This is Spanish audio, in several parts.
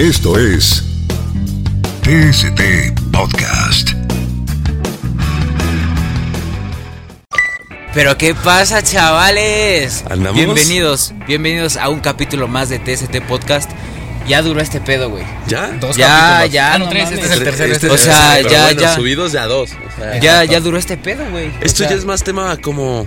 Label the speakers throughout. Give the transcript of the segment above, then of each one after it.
Speaker 1: Esto es TST Podcast.
Speaker 2: Pero qué pasa, chavales.
Speaker 3: ¿Andamos?
Speaker 2: Bienvenidos, bienvenidos a un capítulo más de TST Podcast. Ya duró este pedo, güey.
Speaker 3: ¿Ya?
Speaker 4: Dos
Speaker 2: Ya,
Speaker 4: capítulos.
Speaker 2: ya,
Speaker 4: Ah, no,
Speaker 2: no
Speaker 4: tres,
Speaker 2: mames.
Speaker 4: este es el tercero.
Speaker 3: Este
Speaker 4: Este
Speaker 3: es
Speaker 2: o
Speaker 3: el
Speaker 2: sea,
Speaker 3: tercero,
Speaker 2: ya,
Speaker 3: pero bueno,
Speaker 2: ya.
Speaker 3: Subidos de a dos. o sea,
Speaker 2: Ya, ya duró este pedo, güey. O
Speaker 3: Esto
Speaker 2: sea,
Speaker 3: ya es más tema como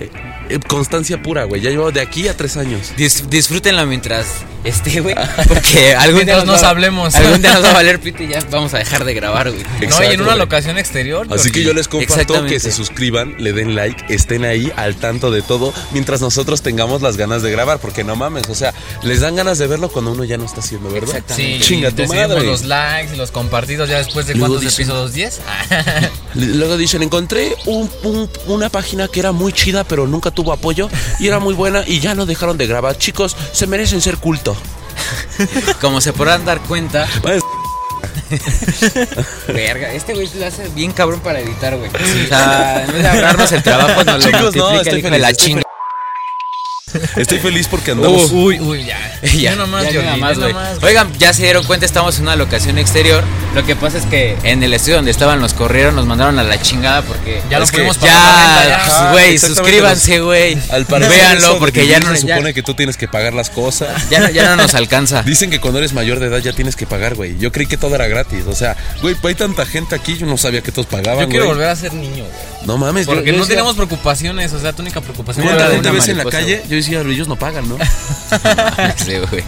Speaker 3: eh, eh, constancia pura, güey. Ya llevo de aquí a tres años.
Speaker 2: dis- disfrútenlo mientras esté,
Speaker 3: Ah.
Speaker 2: güey. Porque algún día
Speaker 4: Mientras nos
Speaker 2: va-
Speaker 4: hablemos.
Speaker 2: Algún día nos va a valer pito y ya vamos a dejar de grabar, güey.
Speaker 4: no, y en
Speaker 3: Exacto,
Speaker 4: una
Speaker 3: güey.
Speaker 4: locación exterior.
Speaker 3: Así que yo les comparto
Speaker 2: Exactamente.
Speaker 3: que se suscriban, le den like, estén ahí al tanto de todo mientras nosotros tengamos las ganas de grabar, porque no mames, o sea, les dan ganas de verlo cuando uno ya no está haciendo, ¿verdad?
Speaker 2: Exactamente.
Speaker 4: Sí,
Speaker 3: Chinga tu
Speaker 4: decidimos
Speaker 3: madre.
Speaker 4: los likes y los compartidos ya después de
Speaker 3: Luego
Speaker 4: cuántos
Speaker 3: dicen-
Speaker 4: episodios, 10. Ah,
Speaker 3: L- Luego dicen, encontré un- un- una página que era muy chida, pero nunca tuvo apoyo y era muy buena y ya no dejaron de grabar. Chicos, se merecen ser culto.
Speaker 2: Como se podrán dar cuenta,
Speaker 3: Vaya
Speaker 2: verga, este güey lo hace bien cabrón para editar, güey. O sea, en vez de ahorrarnos el trabajo, nos lo
Speaker 3: Chicos, no,
Speaker 2: multiplica el
Speaker 3: estoy
Speaker 2: hijo de la
Speaker 3: feliz, estoy
Speaker 2: chinga.
Speaker 3: Estoy feliz porque andamos.
Speaker 4: Uy, uy, uy, ya.
Speaker 2: ya,
Speaker 4: Ya nomás,
Speaker 2: ya
Speaker 4: Jordi,
Speaker 2: nada más,
Speaker 4: ya
Speaker 2: güey.
Speaker 4: nomás, güey.
Speaker 2: Oigan, ya se dieron cuenta, estamos en una locación exterior. Lo que pasa es que en el estudio donde estaban nos corrieron, nos mandaron a la chingada porque
Speaker 4: Ya lo
Speaker 2: Es que
Speaker 4: fuimos pagando la
Speaker 2: Ya,
Speaker 4: renta,
Speaker 2: pues,
Speaker 3: ya.
Speaker 2: güey,
Speaker 3: Ajá,
Speaker 2: suscríbanse, güey.
Speaker 3: Al parecer
Speaker 2: Véanlo
Speaker 3: eso
Speaker 2: porque
Speaker 3: de
Speaker 2: ya
Speaker 3: vivir
Speaker 2: no
Speaker 3: se
Speaker 2: ya,
Speaker 3: supone que tú tienes que pagar las cosas.
Speaker 2: ya no- ya no nos alcanza.
Speaker 3: Dicen que cuando eres mayor de edad ya tienes que pagar, güey. Yo creí que todo era gratis. O sea, güey, hay tanta gente aquí, yo no sabía que todos pagaban.
Speaker 4: Yo quiero
Speaker 3: güey.
Speaker 4: volver a ser niño, güey.
Speaker 3: No mames, yo-
Speaker 4: Porque
Speaker 3: yo
Speaker 4: no
Speaker 3: decía,
Speaker 4: tenemos preocupaciones, o sea, tu única preocupación
Speaker 2: Mira,
Speaker 4: era
Speaker 3: ¿Cuánta
Speaker 2: una
Speaker 3: gente
Speaker 4: de una
Speaker 3: ves en la
Speaker 2: mariposa,
Speaker 3: calle? Yo decía, ellos no pagan, ¿no?
Speaker 2: Sí, güey.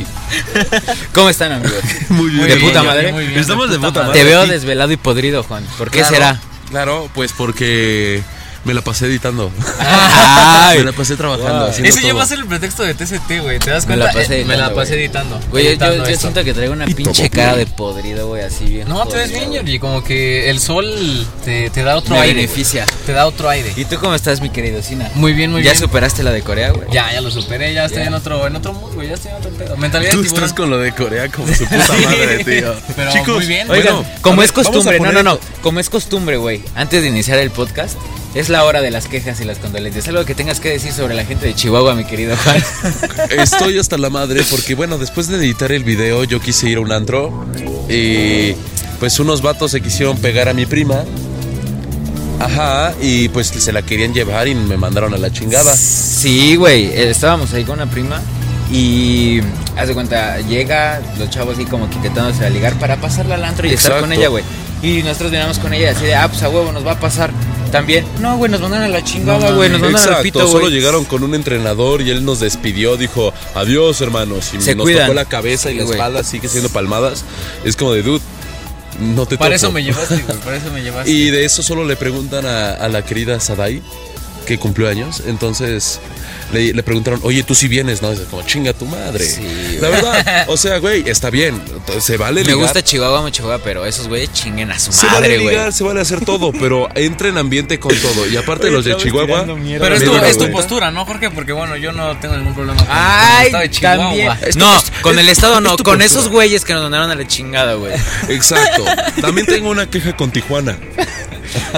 Speaker 2: ¿Cómo están, amigos?
Speaker 3: Muy bien.
Speaker 2: De
Speaker 4: Muy
Speaker 2: puta
Speaker 4: bien,
Speaker 2: madre.
Speaker 4: muy bien,
Speaker 3: Estamos de puta madre.
Speaker 2: Te veo
Speaker 3: aquí.
Speaker 2: desvelado y podrido, Juan. ¿Por qué
Speaker 3: Claro,
Speaker 2: será?
Speaker 3: Claro, pues porque me la pasé editando.
Speaker 2: Ay.
Speaker 3: me la pasé trabajando.
Speaker 2: Wow.
Speaker 3: haciendo
Speaker 4: Ese ya
Speaker 3: todo.
Speaker 4: va a ser el pretexto de TST, güey. ¿Te das
Speaker 2: Me
Speaker 4: cuenta?
Speaker 2: la pasé
Speaker 4: Eh, Me la
Speaker 2: editando,
Speaker 4: pasé
Speaker 2: güey.
Speaker 4: editando.
Speaker 2: Güey, yo- yo,
Speaker 4: editando
Speaker 2: yo
Speaker 4: esto.
Speaker 2: siento que traigo una
Speaker 3: Y
Speaker 2: pinche
Speaker 3: todo
Speaker 2: cara de
Speaker 3: bien.
Speaker 2: podrido, güey, así bien.
Speaker 4: No, te ves
Speaker 2: jodido,
Speaker 4: bien,
Speaker 2: güey.
Speaker 4: Jordi. Como que el sol te, te da otro
Speaker 2: Me
Speaker 4: aire. güey.
Speaker 2: beneficia.
Speaker 4: Te da otro aire.
Speaker 2: ¿Y tú cómo estás, mi querido Sina?
Speaker 4: Muy bien, muy
Speaker 2: ¿Ya
Speaker 4: bien.
Speaker 2: superaste la de Corea, güey?
Speaker 4: Ya, ya lo superé, ya estoy
Speaker 2: Ya.
Speaker 4: en otro, en otro mood, güey, ya estoy en otro pedo. Mentalidad
Speaker 3: Tú
Speaker 4: de tiburón.
Speaker 3: estás con lo de Corea como su puta madre, tío.
Speaker 4: Pero muy bien.
Speaker 2: Oigan,
Speaker 3: bueno,
Speaker 2: como
Speaker 3: a
Speaker 2: es
Speaker 3: ver, vamos a
Speaker 2: costumbre, no,
Speaker 3: poner
Speaker 2: no, no, como es costumbre, güey, antes de iniciar el podcast, es la hora de las quejas y las condolencias. Algo que tengas que decir sobre la gente de Chihuahua, mi querido Juan.
Speaker 3: Estoy hasta la madre porque, bueno, después de editar el video yo quise ir a un antro y pues unos vatos se quisieron pegar a mi prima. Ajá, y pues se la querían llevar y me mandaron a la chingada.
Speaker 2: Sí, güey, eh, estábamos ahí con una prima y haz de cuenta, llega los chavos así como quitándose a ligar para pasarla al antro y estar
Speaker 3: Exacto.
Speaker 2: con ella, güey. Y nosotros veníamos con ella así de, ah, pues a huevo nos va a pasar también. No, güey, nos mandaron a la chingada,
Speaker 4: No
Speaker 2: güey, nos mandaron
Speaker 3: Exacto,
Speaker 2: al pito,
Speaker 3: solo
Speaker 2: güey.
Speaker 3: llegaron con un entrenador y él nos despidió, dijo adiós hermanos, y
Speaker 2: Se
Speaker 3: nos
Speaker 2: cuidan.
Speaker 3: tocó la cabeza y
Speaker 2: Sí,
Speaker 3: la
Speaker 2: güey.
Speaker 3: espalda, sigue siendo palmadas. Es como de dude, no te
Speaker 4: Para
Speaker 3: toco".
Speaker 4: eso me llevaste, güey, para eso me llevaste.
Speaker 3: Y de eso solo le preguntan a, a la querida Sadai, que cumplió años. Entonces le, le preguntaron, oye, tú sí vienes, ¿no? Dice, como chinga tu madre.
Speaker 2: Sí,
Speaker 3: la verdad, o sea, güey, está bien. Se vale
Speaker 2: Me
Speaker 3: ligar.
Speaker 2: gusta Chihuahua, me Chihuahua, pero esos güeyes chinguen a su
Speaker 3: se
Speaker 2: madre,
Speaker 3: vale
Speaker 2: güey.
Speaker 3: ligar, se vale hacer todo, pero entra en ambiente con todo. Y aparte los de Chihuahua.
Speaker 4: Pero es tu,
Speaker 3: Mira,
Speaker 4: es tu
Speaker 3: güey.
Speaker 4: postura, ¿no, Jorge? Porque bueno, yo no tengo ningún problema con el
Speaker 2: Ay,
Speaker 4: estado de Chihuahua.
Speaker 2: también.
Speaker 3: Es tu
Speaker 2: No,
Speaker 3: post-
Speaker 2: con
Speaker 3: es-
Speaker 2: el Estado
Speaker 3: es
Speaker 2: no,
Speaker 3: tu
Speaker 2: con
Speaker 3: postura.
Speaker 2: esos güeyes que nos mandaron a la chingada, güey.
Speaker 3: Exacto. También tengo una queja con Tijuana.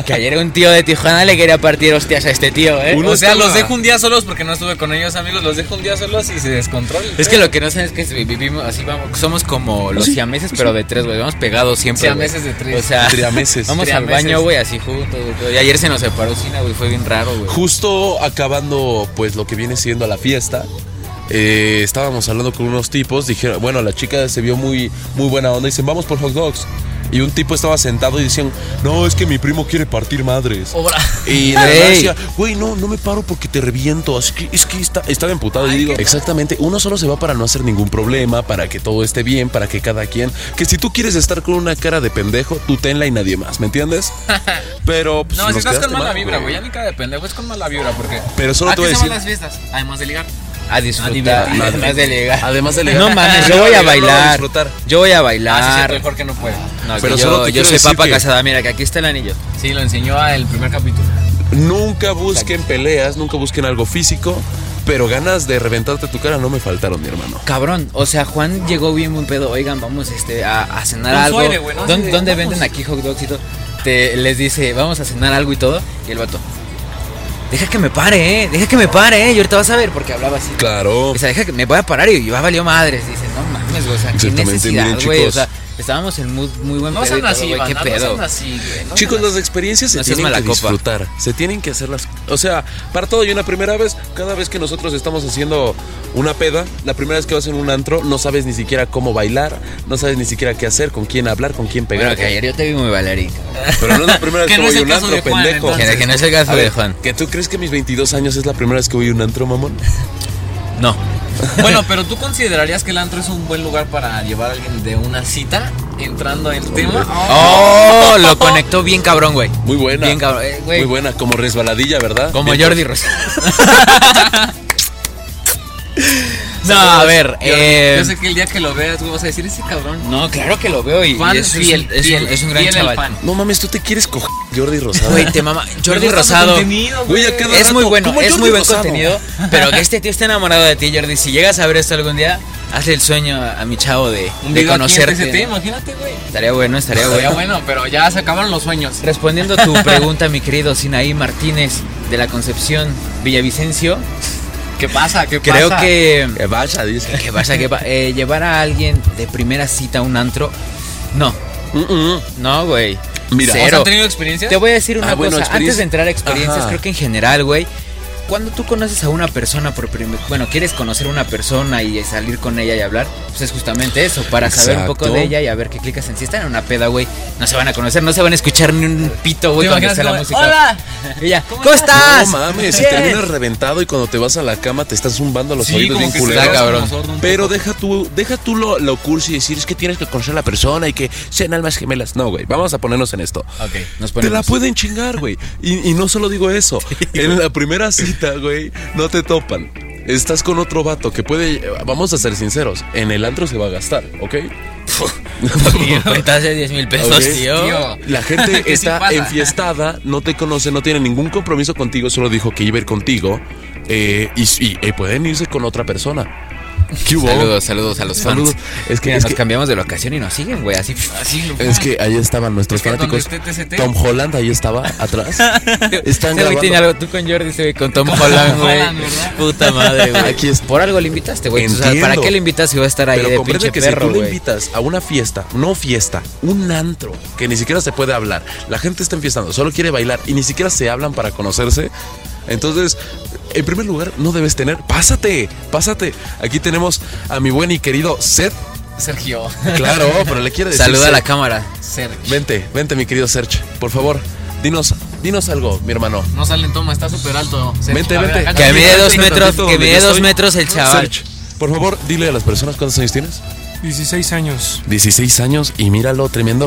Speaker 2: Que ayer un tío de Tijuana le quería partir hostias a este tío, ¿eh?
Speaker 3: Uno
Speaker 4: O sea,
Speaker 3: estaba-
Speaker 4: los dejo un día solos porque no estuve con ellos, amigos. Los dejo un día solos y se descontrola.
Speaker 2: Es que lo que no saben es que si vivimos así, vamos, somos como los siameses, pero de tres, güey. Vamos pegados siempre. güey.
Speaker 4: Siameses de tres.
Speaker 2: O sea,
Speaker 3: Triameses.
Speaker 2: vamos al
Speaker 4: Triameses.
Speaker 2: baño, güey, así juntos, güey. todo. Y ayer se nos separó Sina, güey, fue bien raro, güey.
Speaker 3: Justo acabando, pues, lo que viene siendo la fiesta. eh, estábamos hablando con unos tipos, dijeron, bueno, la chica se vio muy, muy buena onda, dicen, vamos por hot dogs. Y un tipo estaba sentado y decían, no, es que mi primo quiere partir madres.
Speaker 4: Obra.
Speaker 3: Y de la verdad
Speaker 2: Ey.
Speaker 3: decía, güey, no, no me paro porque te reviento. Así que es que está, estaba emputado. y digo, exactamente, uno solo se va para no hacer ningún problema, para que todo esté bien, para que cada quien. Que si tú quieres estar con una cara de pendejo, tú tenla y nadie más, ¿me entiendes? Pero. pues,
Speaker 4: No,
Speaker 3: nos
Speaker 4: si estás
Speaker 3: quedaste
Speaker 4: con mala
Speaker 3: mal,
Speaker 4: vibra, güey. Ya mi cara de pendejo es con mala vibra porque.
Speaker 3: Pero solo
Speaker 4: ¿A
Speaker 3: te voy
Speaker 4: qué
Speaker 3: a
Speaker 4: se van
Speaker 3: decir-
Speaker 4: las fiestas? Además de ligar.
Speaker 2: A disfrutar,
Speaker 3: A divertirte.
Speaker 2: además de llegar.
Speaker 3: Además de ligar.
Speaker 2: "Ah, No mames, yo voy a
Speaker 3: Ligar, no,
Speaker 2: bailar.
Speaker 3: disfrutar.
Speaker 2: Yo voy a
Speaker 4: Ah, sí,
Speaker 2: bailar.
Speaker 4: cierto, el Jorge no puede.
Speaker 2: No,
Speaker 3: Pero
Speaker 2: que
Speaker 3: solo
Speaker 2: yo,
Speaker 3: te
Speaker 2: yo
Speaker 3: quiero
Speaker 2: soy
Speaker 3: decir
Speaker 2: papa
Speaker 3: que-
Speaker 2: casada, mira que aquí está el anillo.
Speaker 4: Sí, lo enseñó ah, el primer capítulo.
Speaker 3: Nunca busquen peleas, nunca busquen algo físico, pero ganas de reventarte tu cara no me faltaron, mi hermano.
Speaker 2: Cabrón, o sea, Juan llegó bien buen pedo. Oigan, vamos este, a, a cenar
Speaker 4: Un
Speaker 2: algo.
Speaker 4: suave, güey, ¿no? Así
Speaker 2: ¿Dónde,
Speaker 4: de,
Speaker 2: dónde
Speaker 4: vamos.
Speaker 2: venden aquí hot dogs y todo? Te, les dice, vamos a cenar algo y todo. Y el vato, deja que me pare, eh. Deja que me pare, eh. Y ahorita vas a ver, porque hablaba así.
Speaker 3: Claro.
Speaker 2: O sea, deja que me voy a parar y va valió "Ah, madres. Dice, no mames. mames, güey. O sea, qué
Speaker 3: Exactamente,
Speaker 2: necesidad,
Speaker 3: miren,
Speaker 2: güey. O
Speaker 3: chicos.
Speaker 2: sea, estábamos en mood muy buen
Speaker 4: No
Speaker 2: pedo. y
Speaker 4: sean
Speaker 2: todo,
Speaker 4: así,
Speaker 2: güey,
Speaker 4: banda,
Speaker 2: qué
Speaker 4: no
Speaker 2: pedo.
Speaker 4: sean así, güey. no
Speaker 3: Chicos,
Speaker 4: sean
Speaker 3: las experiencias se
Speaker 2: No seas
Speaker 3: tienen que
Speaker 2: mala copa.
Speaker 3: disfrutar, se tienen que hacerlas. O sea, para todo y una primera vez, cada vez que nosotros estamos haciendo una peda, la primera vez que vas en un antro, no sabes ni siquiera cómo bailar, no sabes ni siquiera qué hacer, con quién hablar, con quién
Speaker 2: Bueno,
Speaker 3: pegar.
Speaker 2: que ayer yo te vi muy bailarín.
Speaker 3: Pero no es la primera vez
Speaker 4: Que
Speaker 3: que
Speaker 4: no es
Speaker 3: voy a
Speaker 4: el
Speaker 3: un
Speaker 4: caso
Speaker 3: antro,
Speaker 4: de Juan,
Speaker 3: pendejo.
Speaker 4: entonces.
Speaker 2: Que no es el caso
Speaker 3: A
Speaker 2: de
Speaker 3: ver,
Speaker 2: Juan.
Speaker 3: ¿Que tú crees que a mis 22 años es la primera vez que voy a un antro, mamón?
Speaker 2: No.
Speaker 4: Bueno, pero tú considerarías que el antro es un buen lugar para llevar a alguien de una cita entrando en tema.
Speaker 2: ¡Oh! Lo conectó bien cabrón, güey.
Speaker 3: Muy buena.
Speaker 2: Bien cabrón, eh, güey.
Speaker 3: Muy buena, como resbaladilla, ¿verdad?
Speaker 2: Como
Speaker 3: Bien,
Speaker 2: Jordi
Speaker 3: pues,
Speaker 4: pues.
Speaker 2: Rosa. no, a ver.
Speaker 4: Oh, Yo,
Speaker 2: eh,
Speaker 4: yo sé que el día que lo veas, güey, vas a decir, ese cabrón.
Speaker 2: No, claro que lo veo y,
Speaker 4: Fan
Speaker 2: y es, un-
Speaker 4: fiel,
Speaker 2: es un-
Speaker 4: fiel,
Speaker 2: es un gran
Speaker 4: fiel al
Speaker 2: chaval.
Speaker 4: fan.
Speaker 3: No mames, tú te quieres coger Jordi Rosado.
Speaker 2: Güey, te mama. Jordi
Speaker 4: Me gusta su
Speaker 2: Rosado.
Speaker 4: contenido,
Speaker 3: Güey,
Speaker 4: güey.
Speaker 3: a cada
Speaker 2: Es muy
Speaker 3: rato,
Speaker 2: bueno,
Speaker 3: como
Speaker 2: es
Speaker 3: Jordi
Speaker 2: muy buen
Speaker 3: Rosado.
Speaker 2: contenido. Pero que este tío esté enamorado de ti, Jordi. Si llegas a ver esto algún día, hazle el sueño a a mi chavo de,
Speaker 4: Un
Speaker 2: de
Speaker 4: video aquí en
Speaker 2: conocerte.
Speaker 4: TCT,
Speaker 2: ¿no?
Speaker 4: imagínate, güey.
Speaker 2: Estaría bueno, estaría
Speaker 4: Estaría
Speaker 2: bueno.
Speaker 4: bueno, pero ya se acabaron los sueños.
Speaker 2: Respondiendo a tu pregunta, mi querido Sinaí Martínez de la Concepción Villavicencio,
Speaker 4: ¿Qué pasa? ¿Qué
Speaker 2: creo
Speaker 4: pasa?
Speaker 2: que.
Speaker 3: Que Eh, vaya, dice.
Speaker 2: ¿Qué pasa? ¿Qué pasa? eh, llevar a alguien de primera cita a un antro. No,
Speaker 3: Mm, mm.
Speaker 2: no, güey.
Speaker 3: Mira,
Speaker 4: ¿O sea,
Speaker 2: Cero.
Speaker 4: ¿Han tenido experiencias?
Speaker 2: Te voy a decir una
Speaker 3: Ah, bueno,
Speaker 2: cosa. Antes
Speaker 3: experiencia-
Speaker 2: de entrar a experiencias,
Speaker 3: Ajá.
Speaker 2: creo que en general, güey. Cuando tú conoces a una persona por primera bueno, quieres conocer a una persona y salir con ella y hablar, pues es justamente eso, para saber un poco
Speaker 3: Exacto.
Speaker 2: de ella y a ver qué clicas en si están en una peda, güey. No se van a conocer, no se van a escuchar ni un pito, güey,
Speaker 4: ¿Te
Speaker 2: cuando
Speaker 4: imaginas
Speaker 2: está la
Speaker 4: como,
Speaker 2: música.
Speaker 4: "Hola,
Speaker 2: Y ella, ¿cómo,
Speaker 4: ¿cómo
Speaker 2: estás?
Speaker 3: No mames, y
Speaker 2: Bien".
Speaker 3: terminas reventado y cuando te vas a la cama te estás zumbando los
Speaker 4: Sí,
Speaker 3: oídos
Speaker 4: como
Speaker 3: bien
Speaker 4: que
Speaker 2: se
Speaker 3: culeros.
Speaker 2: da pues, cabrón.
Speaker 3: Pero deja tú, deja tú lo, lo cursi y decir es que tienes que conocer a la persona y que sean almas gemelas. No, güey, vamos a ponernos en esto.
Speaker 4: Ok.
Speaker 2: Nos
Speaker 3: Te la
Speaker 2: ponemos.
Speaker 3: pueden chingar, güey. Y, y no solo digo eso. En la primera cita, güey, no te topan. Estás con otro vato que puede. Vamos a ser sinceros. En el antro se va a gastar, ¿ok?
Speaker 2: Cuentas de 10 mil pesos,
Speaker 3: Ok.
Speaker 2: tío.
Speaker 4: Tío.
Speaker 3: La
Speaker 4: Que
Speaker 3: gente
Speaker 4: sí
Speaker 3: está
Speaker 4: pasa.
Speaker 3: enfiestada, no te conoce, no tiene ningún compromiso contigo, solo dijo que iba a ir contigo eh, y, y- y pueden irse con otra persona. ¿Qué hubo?
Speaker 2: Saludos, saludos a los fans.
Speaker 3: Saludos. Es que,
Speaker 2: Mira,
Speaker 3: es
Speaker 2: nos
Speaker 3: que,
Speaker 2: cambiamos de locación y nos siguen, güey, así.
Speaker 4: Así,
Speaker 3: es que ahí estaban nuestros
Speaker 4: Es que donde
Speaker 3: fanáticos.
Speaker 4: esté TCT.
Speaker 3: Tom Holland ahí estaba atrás. Están
Speaker 2: Ese güey
Speaker 3: grabando.
Speaker 2: tiene algo tú con Jordi, se ve con Tom
Speaker 4: Con
Speaker 2: Holland,
Speaker 4: Tom
Speaker 2: güey.
Speaker 4: Holland, ¿verdad?
Speaker 2: Puta madre, güey.
Speaker 3: Aquí es-
Speaker 2: Por algo le invitaste, güey. O sea,
Speaker 3: Entiendo.
Speaker 2: ¿Para qué le invitas si va a estar ahí
Speaker 3: Pero
Speaker 2: de
Speaker 3: comprende
Speaker 2: pinche
Speaker 3: que si
Speaker 2: perro,
Speaker 3: tú le
Speaker 2: güey?
Speaker 3: invitas a una fiesta, no fiesta, un antro, que ni siquiera se puede hablar, la gente está enfiestando, solo quiere bailar y ni siquiera se hablan para conocerse. Entonces, en primer lugar, no debes tener. Pásate, pásate. Aquí tenemos a mi buen y querido Seth.
Speaker 4: Sergio.
Speaker 3: Claro, pero le quiere decir.
Speaker 2: Saluda a la
Speaker 3: Seth.
Speaker 2: cámara.
Speaker 4: Sergio.
Speaker 3: Vente, vente, mi querido Serge. Por favor, dinos, dinos algo, mi hermano.
Speaker 4: No sale en toma, está súper alto. Sergio.
Speaker 3: Vente,
Speaker 4: A ver,
Speaker 3: vente.
Speaker 4: acá
Speaker 2: Que
Speaker 4: también.
Speaker 2: mide dos
Speaker 3: tantito,
Speaker 2: metros,
Speaker 3: tantito
Speaker 2: que
Speaker 3: donde
Speaker 2: mide
Speaker 3: yo
Speaker 2: dos
Speaker 3: estoy.
Speaker 2: metros el chaval.
Speaker 3: Serge, por favor, dile a las personas cuántos años tienes.
Speaker 5: 16 años.
Speaker 3: 16 años y míralo, tremendo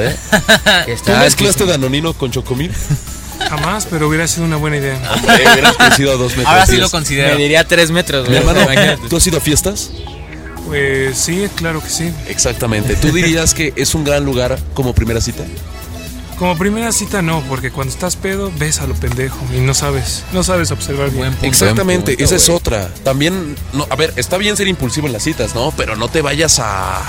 Speaker 3: ¿eh?
Speaker 2: Que
Speaker 3: ¿Tú
Speaker 2: está
Speaker 3: mezclaste este danonino con chocomil?
Speaker 5: Jamás, pero hubiera sido una buena idea.
Speaker 3: Hombre, hubieras crecido a dos metros.
Speaker 4: Ahora sí
Speaker 3: diez.
Speaker 4: lo
Speaker 2: Me
Speaker 4: considero.
Speaker 2: diría tres metros,
Speaker 3: Mi
Speaker 2: güey.
Speaker 3: hermano,
Speaker 2: Imagínate.
Speaker 3: ¿tú has ido a fiestas?
Speaker 5: Pues sí, claro que sí.
Speaker 3: Exactamente. ¿Tú dirías que es un gran lugar como primera cita?
Speaker 5: Como primera cita no, porque cuando estás pedo ves a lo pendejo y no sabes, no sabes observar bien.
Speaker 4: Buen punto.
Speaker 3: Exactamente,
Speaker 2: punto,
Speaker 3: esa es
Speaker 2: güey.
Speaker 3: otra. También, no, a ver, está bien ser impulsivo en las citas, ¿no? Pero no te vayas a, a,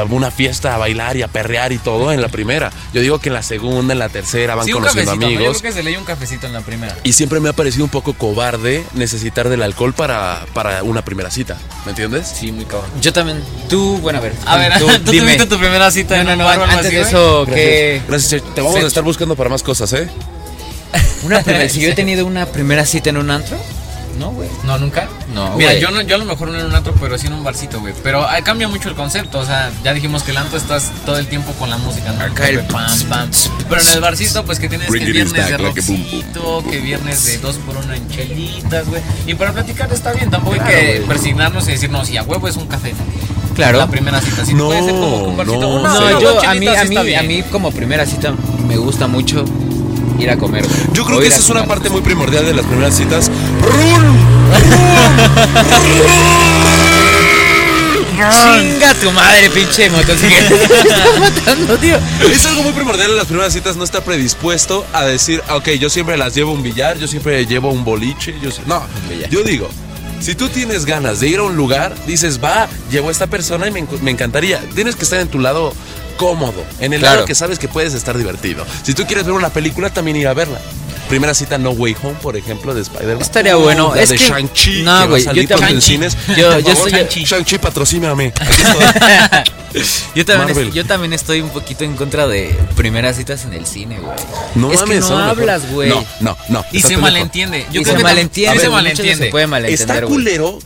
Speaker 3: a una fiesta a bailar y a perrear y todo en la primera. Yo digo que en la segunda, en la tercera van
Speaker 4: Sí, un
Speaker 3: conociendo
Speaker 4: cafecito. ¿no? Yo
Speaker 3: amigos.
Speaker 4: creo que se leí un cafecito en la primera.
Speaker 3: Y siempre me ha parecido un poco cobarde necesitar del alcohol para, para una primera cita, ¿me entiendes?
Speaker 4: Sí, muy cabrón.
Speaker 2: Yo también. Tú, bueno, a ver.
Speaker 4: A ver, tú,
Speaker 2: dime.
Speaker 4: tuviste tu primera cita
Speaker 2: No,
Speaker 4: en
Speaker 2: no,
Speaker 4: un
Speaker 2: no.
Speaker 4: bar o algo
Speaker 2: Antes
Speaker 4: así,
Speaker 2: de
Speaker 4: güey?
Speaker 2: eso, que.
Speaker 3: Gracias. Gracias, Sergio. te vamos a estar buscando para más cosas, ¿eh?
Speaker 2: Una primera- si yo he tenido una primera cita en un antro, no, güey.
Speaker 4: No, nunca.
Speaker 2: No,
Speaker 4: Mira,
Speaker 2: güey.
Speaker 4: yo, no, yo a lo mejor no en un antro, pero sí en un barcito, güey. Pero ah, cambia mucho el concepto. O sea, ya dijimos que el antro estás todo el tiempo con la música, ¿no?
Speaker 2: Acá el
Speaker 4: pam, pam. Pero en el barcito, pues que tienes que
Speaker 3: Bring it
Speaker 4: viernes de
Speaker 3: back, like a boom,
Speaker 4: rockcito, que viernes de dos por uno en chelitas, güey. Y para platicar está bien, tampoco hay que persignarnos y decir, no, si a huevo es un café.
Speaker 2: Claro.
Speaker 4: La primera cita, sí.
Speaker 3: No,
Speaker 4: puede ser como que un barcito.
Speaker 3: no,
Speaker 4: una
Speaker 2: No,
Speaker 4: hora,
Speaker 3: Pero
Speaker 2: yo
Speaker 4: dos
Speaker 2: a mí,
Speaker 4: chelitas,
Speaker 2: a
Speaker 4: sí
Speaker 2: mí,
Speaker 4: está bien.
Speaker 2: a mí como primera cita me gusta mucho ir a comer. güey.
Speaker 3: Yo creo
Speaker 2: O
Speaker 3: que
Speaker 2: ir
Speaker 3: esa
Speaker 2: a
Speaker 3: es una
Speaker 2: jugar.
Speaker 3: parte muy primordial de las primeras citas. ¡Rul!
Speaker 2: ¡Ah! Chinga tu madre, pinche motocicleta. Me estás matando, tío.
Speaker 3: Es algo muy primordial en las primeras citas no estar predispuesto a decir, "Ah, ok, yo siempre las llevo a un billar, yo siempre llevo a un boliche, yo sé- No,
Speaker 2: billar.
Speaker 3: yo digo, si tú tienes ganas de ir a un lugar, dices, va, llevo a esta persona y me, encu- me encantaría. Tienes que estar en tu lado cómodo, en el
Speaker 2: Claro.
Speaker 3: lado que sabes que puedes estar divertido. Si tú quieres ver una película, también ir a verla. Primera cita No Way Home, por ejemplo, de Spider-Man.
Speaker 2: Estaría bueno.
Speaker 3: La
Speaker 2: es
Speaker 3: de
Speaker 2: que-
Speaker 3: Shang-Chi.
Speaker 2: No,
Speaker 3: que va a
Speaker 2: güey.
Speaker 3: salir
Speaker 2: Yo
Speaker 3: pronto
Speaker 2: también.
Speaker 3: en cines.
Speaker 2: Yo,
Speaker 3: Por
Speaker 2: yo
Speaker 3: favor,
Speaker 2: soy-
Speaker 3: Shang-Chi, Shang-Chi, patrocíname.
Speaker 2: yo también,
Speaker 3: Marvel.
Speaker 2: yo también estoy un poquito en contra de primeras citas en el cine, güey.
Speaker 3: No
Speaker 2: es
Speaker 3: mames,
Speaker 2: que no
Speaker 3: son mejor.
Speaker 2: hablas, güey.
Speaker 3: No, no, no.
Speaker 4: Y
Speaker 3: estás
Speaker 4: se
Speaker 3: pendejo.
Speaker 4: malentiende. Yo
Speaker 2: y
Speaker 4: creo
Speaker 2: se
Speaker 4: que tam-
Speaker 2: malentiende.
Speaker 4: Se
Speaker 2: mucho
Speaker 4: malentiende.
Speaker 2: Se puede
Speaker 3: Está
Speaker 2: malentender, güey.
Speaker 3: culero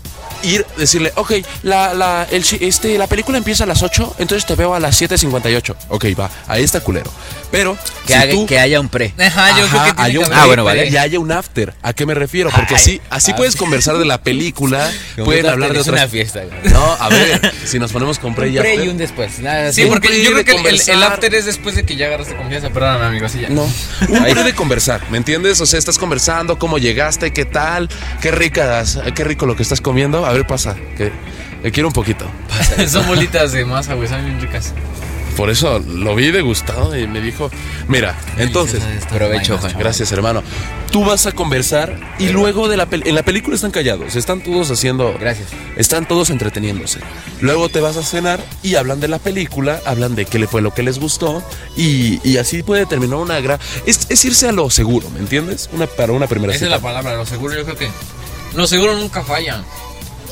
Speaker 3: ir decirle, ok, la, la, el chi- este, la película empieza a las 8, entonces te veo a las 7.58. Ok, va, ahí está culero. Pero
Speaker 2: Que,
Speaker 3: si
Speaker 2: haga-
Speaker 3: tú-
Speaker 2: que haya un pre.
Speaker 4: Ajá, yo creo que
Speaker 3: Ajá,
Speaker 4: tiene
Speaker 3: hay
Speaker 4: que
Speaker 3: un
Speaker 4: haber
Speaker 2: Ah,
Speaker 3: pre-
Speaker 2: bueno, vale.
Speaker 3: Y hay un after. ¿A qué me refiero? Porque
Speaker 2: Ay,
Speaker 3: sí, así
Speaker 2: ah.
Speaker 3: puedes conversar de la película,
Speaker 2: Como
Speaker 3: pueden
Speaker 2: un
Speaker 3: hablar de
Speaker 2: after es
Speaker 3: otras...
Speaker 2: una fiesta, güey.
Speaker 3: No, a ver, si nos ponemos con pre
Speaker 2: Un
Speaker 3: y
Speaker 2: pre
Speaker 3: after-
Speaker 2: y un después. Nada,
Speaker 4: Sí,
Speaker 2: así.
Speaker 4: porque yo
Speaker 3: de
Speaker 4: creo que el- el,
Speaker 3: conversar.
Speaker 4: el after es después de que ya agarraste confianza. Perdóname, amigo, así ya.
Speaker 3: No, un
Speaker 2: Ay.
Speaker 3: pre de conversar, ¿me entiendes? O sea, estás conversando, cómo llegaste, qué tal, qué ricas, qué rico lo que estás comiendo. A ver, pasa, que que quiero un poquito.
Speaker 4: Son bolitas de masa, güey, saben bien ricas.
Speaker 3: Por eso lo vi degustado y me dijo, mira, entonces,
Speaker 2: Provecho,
Speaker 4: Ay,
Speaker 2: Juan.
Speaker 3: gracias hermano, tú vas a conversar y luego de la pel- en la película están callados, están todos haciendo,
Speaker 2: Gracias.
Speaker 3: están todos entreteniéndose. Luego te vas a cenar y hablan de la película, hablan de qué le fue lo que les gustó y, y así puede terminar una gran, es, es irse a lo seguro, ¿me entiendes? Una para una primera
Speaker 2: Pues
Speaker 4: Esa es
Speaker 3: cita.
Speaker 4: la palabra, lo seguro, yo creo que. Lo seguro nunca falla.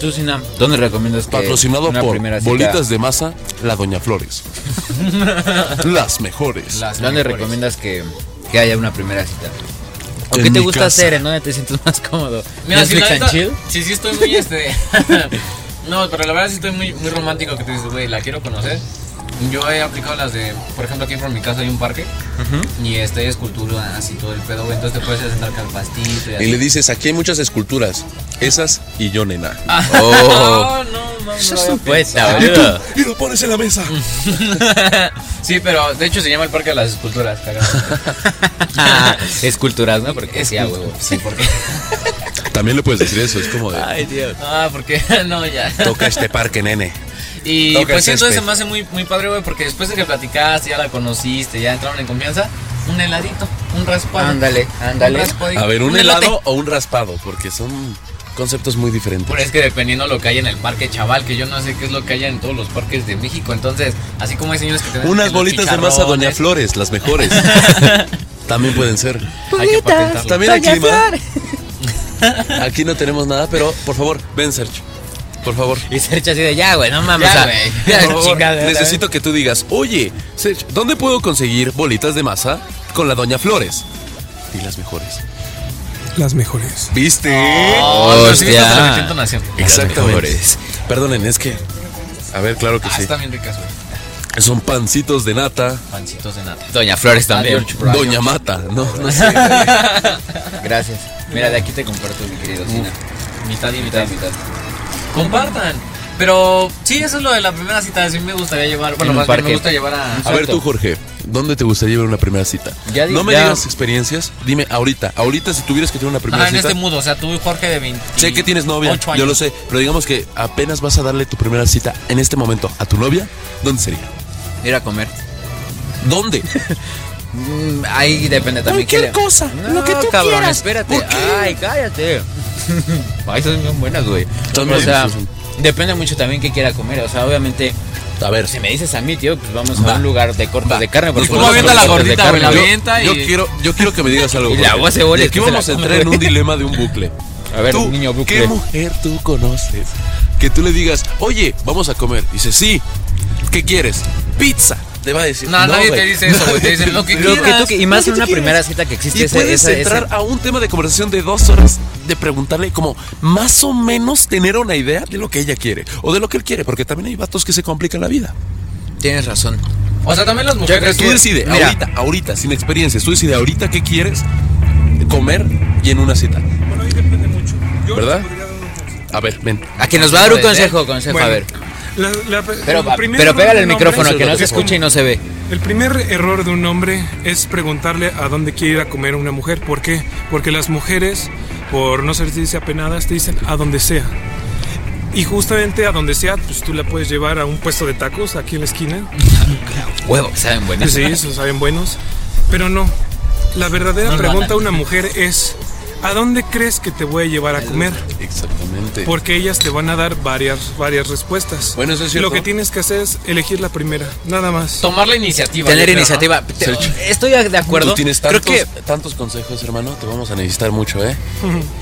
Speaker 2: Tú, Sinam, ¿dónde recomiendas que
Speaker 3: Patrocinado
Speaker 2: una
Speaker 3: por
Speaker 2: primera cita-
Speaker 3: bolitas de masa, la Doña Flores. Las mejores.
Speaker 4: Las
Speaker 2: ¿Dónde
Speaker 4: mejores.
Speaker 2: recomiendas que, que haya una primera cita? ¿O
Speaker 3: En
Speaker 2: qué te
Speaker 3: mi
Speaker 2: gusta
Speaker 3: casa.
Speaker 2: hacer? ¿En dónde te sientes más cómodo?
Speaker 4: Mira, si
Speaker 2: ¿Netflix
Speaker 4: la
Speaker 2: and
Speaker 4: neta-
Speaker 2: chill?
Speaker 4: Sí, sí, estoy muy este. no, pero la verdad sí estoy muy, muy romántico que te dices, güey, la quiero conocer. Yo he aplicado las de, por ejemplo, aquí por mi casa hay un parque y este es cultura así todo el pedo, güey. Entonces te puedes sentar con el pastito y así.
Speaker 3: Y le dices, aquí hay muchas esculturas, esas y yo, nena.
Speaker 4: Oh, no, no, no.
Speaker 2: Sos un poeta,
Speaker 3: Y tú,
Speaker 2: boludo.
Speaker 3: y lo pones en la mesa.
Speaker 4: Sí, pero de hecho se llama el Parque de las Esculturas, cagado.
Speaker 2: Ah, Esculturas, ¿no? Porque sí, a huevo.
Speaker 4: Sí, porque.
Speaker 3: También le puedes decir eso, es como de,
Speaker 2: Ay, Dios.
Speaker 4: Ah, porque. No, ya.
Speaker 3: toca este parque, nene.
Speaker 4: Y
Speaker 3: Toca
Speaker 4: pues
Speaker 3: el
Speaker 4: entonces
Speaker 3: césped.
Speaker 4: se me hace muy, muy padre, güey, porque después de que platicaste, ya la conociste, ya entraron en confianza, un heladito, un raspado.
Speaker 2: Ándale, ándale.
Speaker 4: Un raspadito,
Speaker 3: A ver, un
Speaker 4: elote.
Speaker 3: helado o un raspado, porque son conceptos muy diferentes.
Speaker 4: Pero es que dependiendo lo que hay en el parque, chaval, que yo no sé qué es lo que haya en todos los parques de México. Entonces, así como hay señores que te venden
Speaker 3: Unas
Speaker 4: los
Speaker 3: bolitas de masa, Doña
Speaker 4: chicharrones,
Speaker 3: Flores, las mejores. También pueden ser.
Speaker 4: Hay que patentarlo.
Speaker 3: También el clima. Aquí no tenemos nada, pero por favor, ven, Sergio. Por favor.
Speaker 2: Y Sergio así de ya, güey, no mames.
Speaker 4: Ya, eh.
Speaker 2: ah,
Speaker 4: güey.
Speaker 2: ya,
Speaker 3: Por favor,
Speaker 2: chingada, ¿verdad?
Speaker 3: necesito que tú digas, oye, Sergio, ¿dónde puedo conseguir bolitas de masa con la Doña Flores? Y las mejores.
Speaker 5: Las mejores.
Speaker 3: ¿Viste?
Speaker 4: Oh, no, sí,
Speaker 2: Hostia.
Speaker 4: hasta la metió nación.
Speaker 3: Exactamente. Perdonen, es que. A ver, claro que
Speaker 4: Ah,
Speaker 3: sí.
Speaker 4: están bien ricas, güey.
Speaker 3: Son pancitos de nata.
Speaker 4: Pancitos de nata.
Speaker 2: Doña Flores también.
Speaker 4: Adiós. Brian.
Speaker 3: Doña Mata, no, no sé.
Speaker 2: Gracias. Mira, de aquí te comparto, mi querido Sina.
Speaker 4: Mitad y mitad.
Speaker 2: Mitad, mitad.
Speaker 4: Compartan. Pero sí, eso es lo de la primera cita. Sí me gustaría llevar. Bueno,
Speaker 2: un
Speaker 4: más bien me
Speaker 2: parque.
Speaker 4: gusta llevar a.
Speaker 3: A ver tú, Jorge, ¿dónde te gustaría ver una primera cita?
Speaker 2: Ya di-
Speaker 3: no me
Speaker 2: ya.
Speaker 3: digas experiencias, dime ahorita, ahorita si tuvieras que tener una primera
Speaker 4: Ah, en
Speaker 3: cita.
Speaker 4: este mudo, o sea, tú Jorge de 20.
Speaker 3: Sé que tienes novia,
Speaker 4: ocho
Speaker 3: yo lo
Speaker 4: años.
Speaker 3: sé, pero digamos que apenas vas a darle tu primera cita en este momento a tu novia, ¿dónde sería?
Speaker 2: Ir a comer.
Speaker 3: ¿Dónde?
Speaker 2: Mm, ahí depende también.
Speaker 3: Cualquier
Speaker 2: qué le-
Speaker 3: cosa,
Speaker 2: No,
Speaker 3: lo que tú
Speaker 2: cabrón,
Speaker 3: quieras.
Speaker 2: espérate.
Speaker 3: ¿Por qué?
Speaker 2: Ay, cállate. Ay, son bien buenas, güey.
Speaker 3: Son
Speaker 2: O
Speaker 3: buenas,
Speaker 2: sea,
Speaker 3: sí, son.
Speaker 2: depende mucho también qué quiera comer. O sea, obviamente,
Speaker 3: A ver,
Speaker 2: si me dices a mí, tío, pues vamos
Speaker 3: Va.
Speaker 2: a un lugar de cortes
Speaker 3: Va.
Speaker 2: de carne.
Speaker 3: Nos
Speaker 2: Porque
Speaker 3: ponemos
Speaker 2: no
Speaker 3: avienta
Speaker 2: son
Speaker 3: la
Speaker 2: cortes de
Speaker 4: gordita, güey, la
Speaker 2: carne.
Speaker 4: vi. avienta
Speaker 3: yo
Speaker 4: y-
Speaker 3: quiero, yo quiero que me digas algo.
Speaker 2: Y
Speaker 3: Jorge.
Speaker 2: la agua cebolla
Speaker 3: Y
Speaker 2: es
Speaker 3: aquí
Speaker 2: que se
Speaker 3: vamos a
Speaker 2: la come,
Speaker 3: entrar en
Speaker 2: güey.
Speaker 3: un dilema de un bucle.
Speaker 2: A ver,
Speaker 3: Tú,
Speaker 2: niño bucle.
Speaker 3: ¿Qué mujer tú conoces? Que tú le digas, oye, vamos a comer. Dice, sí. ¿Qué quieres? Pizza. Te va a decir.
Speaker 4: No, nadie te
Speaker 3: güey".
Speaker 4: dice eso, güey. Te dicen lo que
Speaker 2: Lo que
Speaker 4: quieras.
Speaker 2: tú que- y más en
Speaker 3: Lo que tú
Speaker 2: una
Speaker 3: quieras.
Speaker 2: primera cita que existe
Speaker 3: Y
Speaker 2: ese-
Speaker 3: puedes
Speaker 2: esa- ese-
Speaker 3: entrar a un tema de conversación de dos horas de preguntarle como más o menos tener una idea de lo que ella quiere o de lo que él quiere, porque también hay vatos que se complican la vida.
Speaker 2: Tienes razón.
Speaker 4: O sea, también las
Speaker 3: Pero
Speaker 4: mujeres.
Speaker 3: tú decides,
Speaker 2: mira.
Speaker 3: ahorita, ahorita, sin experiencias, tú decides ahorita qué quieres comer y en una cita.
Speaker 5: Bueno, ahí depende mucho. Yo
Speaker 3: ¿Verdad?
Speaker 5: les podría dar un consejo.
Speaker 3: A ver, ven.
Speaker 2: A quien nos va a dar un
Speaker 4: Puede ser.
Speaker 2: consejo, consejo,
Speaker 5: Bueno,
Speaker 2: a ver.
Speaker 5: la- la-
Speaker 2: Pero,
Speaker 5: el primer
Speaker 2: pero
Speaker 5: error
Speaker 2: pégale
Speaker 5: de
Speaker 2: el
Speaker 5: un
Speaker 2: micrófono,
Speaker 5: hombre-
Speaker 2: que no se
Speaker 3: es como-
Speaker 2: escucha y no se ve.
Speaker 5: El primer error de un hombre es preguntarle a dónde quiere ir a comer una mujer. ¿Por qué? Porque las mujeres, por no ser si dice apenadas, te dicen a donde sea. Y justamente a donde sea, pues tú la puedes llevar a un puesto de tacos aquí en la esquina.
Speaker 2: Huevo, que saben
Speaker 5: Que
Speaker 2: buenas.
Speaker 5: sí, eso saben buenos. Pero no. La verdadera
Speaker 4: No lo
Speaker 5: pregunta a una mujer es ¿a dónde crees que te voy a llevar a comer?
Speaker 3: Exactamente.
Speaker 5: Porque ellas te van a dar varias, varias respuestas.
Speaker 3: Bueno, eso es cierto.
Speaker 5: Lo que tienes que hacer es elegir la primera, nada más.
Speaker 4: Tomar la iniciativa.
Speaker 2: Tener
Speaker 4: yo creo, ¿no?
Speaker 2: iniciativa. Te- Estoy de acuerdo.
Speaker 3: Tú tienes tantos,
Speaker 2: Creo que
Speaker 3: tantos consejos, hermano. Te vamos a necesitar mucho, ¿eh?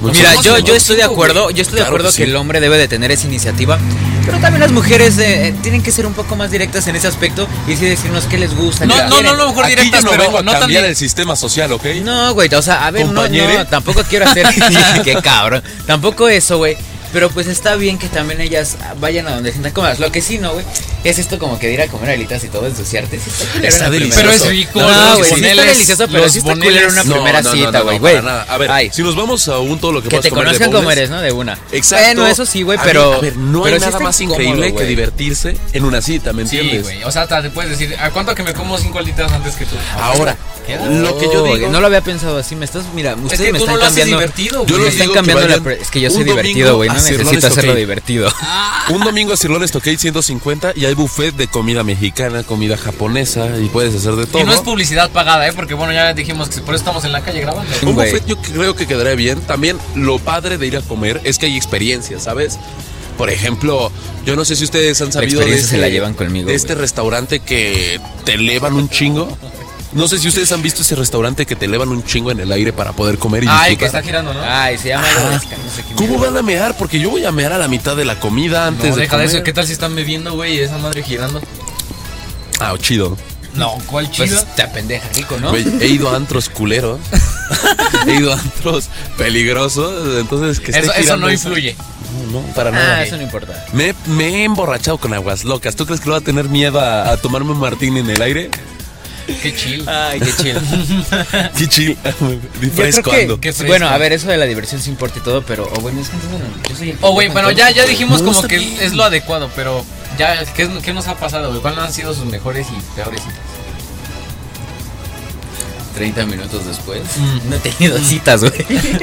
Speaker 3: Muchos
Speaker 2: Mira,
Speaker 3: consejos.
Speaker 2: yo, yo estoy de
Speaker 4: cinco,
Speaker 2: acuerdo,
Speaker 4: güey.
Speaker 2: yo estoy de
Speaker 3: Claro
Speaker 2: acuerdo
Speaker 3: que
Speaker 2: que,
Speaker 3: sí.
Speaker 2: el hombre debe de tener esa iniciativa, pero también las mujeres eh, tienen que ser un poco más directas en ese aspecto y sí decirnos qué les gusta.
Speaker 4: No,
Speaker 2: qué
Speaker 4: no, no,
Speaker 2: quieren.
Speaker 4: no, mejor
Speaker 3: Aquí
Speaker 4: directas,
Speaker 3: yo no
Speaker 4: pero
Speaker 3: vengo a
Speaker 4: no tan
Speaker 3: cambiar
Speaker 4: di-
Speaker 3: el sistema social, ¿ok?
Speaker 2: No, güey, o sea, a ver, no,
Speaker 3: Compañere.
Speaker 2: no, tampoco quiero hacer. qué cabrón. Tampoco eso, güey. Pero pues está bien que también ellas vayan a donde sientan cómodas. Lo que sí, no, güey, es esto como que de ir a comer alitas y todo ensuciarte. Sí está culero
Speaker 3: Está
Speaker 2: en la primera
Speaker 3: delicioso.
Speaker 4: Pero es
Speaker 2: cita.
Speaker 4: rico,
Speaker 2: No,
Speaker 4: los
Speaker 2: Ah, güey, sí está
Speaker 4: boneles,
Speaker 2: delicioso, pero
Speaker 4: los
Speaker 2: sí está culero en una
Speaker 4: boneles.
Speaker 3: No,
Speaker 2: primera
Speaker 3: no, no,
Speaker 2: cita,
Speaker 3: no,
Speaker 2: güey,
Speaker 3: no,
Speaker 2: güey.
Speaker 3: para nada. A ver,
Speaker 2: Ay.
Speaker 3: si nos vamos a un todo lo que
Speaker 2: Que
Speaker 3: puedas
Speaker 2: te
Speaker 3: comer de
Speaker 2: conozcan como
Speaker 3: boneless,
Speaker 2: eres, ¿no? De una.
Speaker 3: Exacto.
Speaker 2: Bueno, eso sí, güey,
Speaker 3: A
Speaker 2: pero.
Speaker 3: ver, a ver, no
Speaker 2: pero
Speaker 3: hay
Speaker 2: sí
Speaker 3: nada
Speaker 2: está
Speaker 3: más
Speaker 2: incómodo,
Speaker 3: increíble que
Speaker 2: güey.
Speaker 3: divertirse en una cita, ¿me
Speaker 4: Sí,
Speaker 3: entiendes?
Speaker 4: güey. O sea, hasta te puedes decir, ¿a cuánto que me como cinco alitas antes que tú?
Speaker 3: Ahora,
Speaker 4: Queda.
Speaker 3: lo que yo
Speaker 2: Oh,
Speaker 3: digo.
Speaker 2: No lo había pensado así. Me estás. Mira, ustedes
Speaker 4: que
Speaker 2: me
Speaker 4: tú
Speaker 2: están
Speaker 4: no lo haces
Speaker 2: cambiando.
Speaker 4: divertido, güey.
Speaker 3: Yo
Speaker 2: me
Speaker 3: les
Speaker 2: están
Speaker 3: digo que
Speaker 2: cambiando la.
Speaker 3: vayan
Speaker 2: pre- Es que yo
Speaker 3: un
Speaker 2: soy
Speaker 3: domingo
Speaker 2: divertido, güey.
Speaker 3: a
Speaker 2: No necesito
Speaker 3: Cirlones,
Speaker 2: hacerlo
Speaker 3: ok.
Speaker 2: divertido.
Speaker 3: Un domingo a Cirlones Tokay 150 y hay buffet de comida mexicana, comida japonesa y puedes hacer de todo.
Speaker 4: Y no es publicidad pagada, ¿eh? Porque bueno, ya dijimos que por eso estamos en la calle grabando.
Speaker 3: Un
Speaker 2: güey.
Speaker 3: buffet yo creo que quedaría bien. También lo padre de ir a comer es que hay experiencias, ¿sabes? Por ejemplo, yo no sé si ustedes han sabido de
Speaker 2: experiencia
Speaker 3: este,
Speaker 2: se la llevan conmigo,
Speaker 3: de este
Speaker 2: güey.
Speaker 3: restaurante que te elevan un chingo. No sé si ustedes han visto ese restaurante que te elevan un chingo en el aire para poder comer y
Speaker 4: Ay, Ah, que está
Speaker 3: disfrutar.
Speaker 4: girando, ¿no?
Speaker 2: Ay, se
Speaker 4: Ah.
Speaker 2: llama. algo de esca- no sé qué
Speaker 3: ¿Cómo
Speaker 2: mierda.
Speaker 3: van a mear? Porque yo voy a mear a la mitad de la comida
Speaker 4: No,
Speaker 3: antes de
Speaker 4: deja de
Speaker 3: comer.
Speaker 4: eso. ¿Qué tal si están bebiendo, güey? y Esa madre girando.
Speaker 3: Ah, chido.
Speaker 4: No, ¿cuál
Speaker 2: Pues
Speaker 4: chido?
Speaker 2: esta pendeja, rico, ¿no?
Speaker 3: Güey, he ido a antros culeros. he ido a antros peligrosos. Entonces, que esté
Speaker 4: eso, eso
Speaker 3: girando
Speaker 4: no influye.
Speaker 3: No, no, para nada.
Speaker 2: Ah, eso no importa.
Speaker 3: Me, me he emborrachado con aguas locas. ¿Tú crees que lo va a tener miedo a, a tomarme un martín en el aire?
Speaker 4: Qué chill.
Speaker 2: Ay, qué chill.
Speaker 3: Qué chill.
Speaker 2: Yo creo
Speaker 3: Fresco
Speaker 2: que-
Speaker 3: ando.
Speaker 4: Qué fresco.
Speaker 2: bueno, a ver, eso de la diversión sí importa y todo, pero. O bueno, es que entonces, bueno, yo soy el
Speaker 4: Oh, güey, bueno, ya, ya dijimos
Speaker 3: No,
Speaker 4: como
Speaker 3: está
Speaker 4: que
Speaker 3: bien.
Speaker 4: es lo adecuado, pero ya, ¿qué, es- qué nos ha pasado, güey? ¿Cuáles han sido sus mejores y peores citas?
Speaker 2: 30 minutos después. mm, No he tenido
Speaker 4: Mm.
Speaker 2: citas, güey.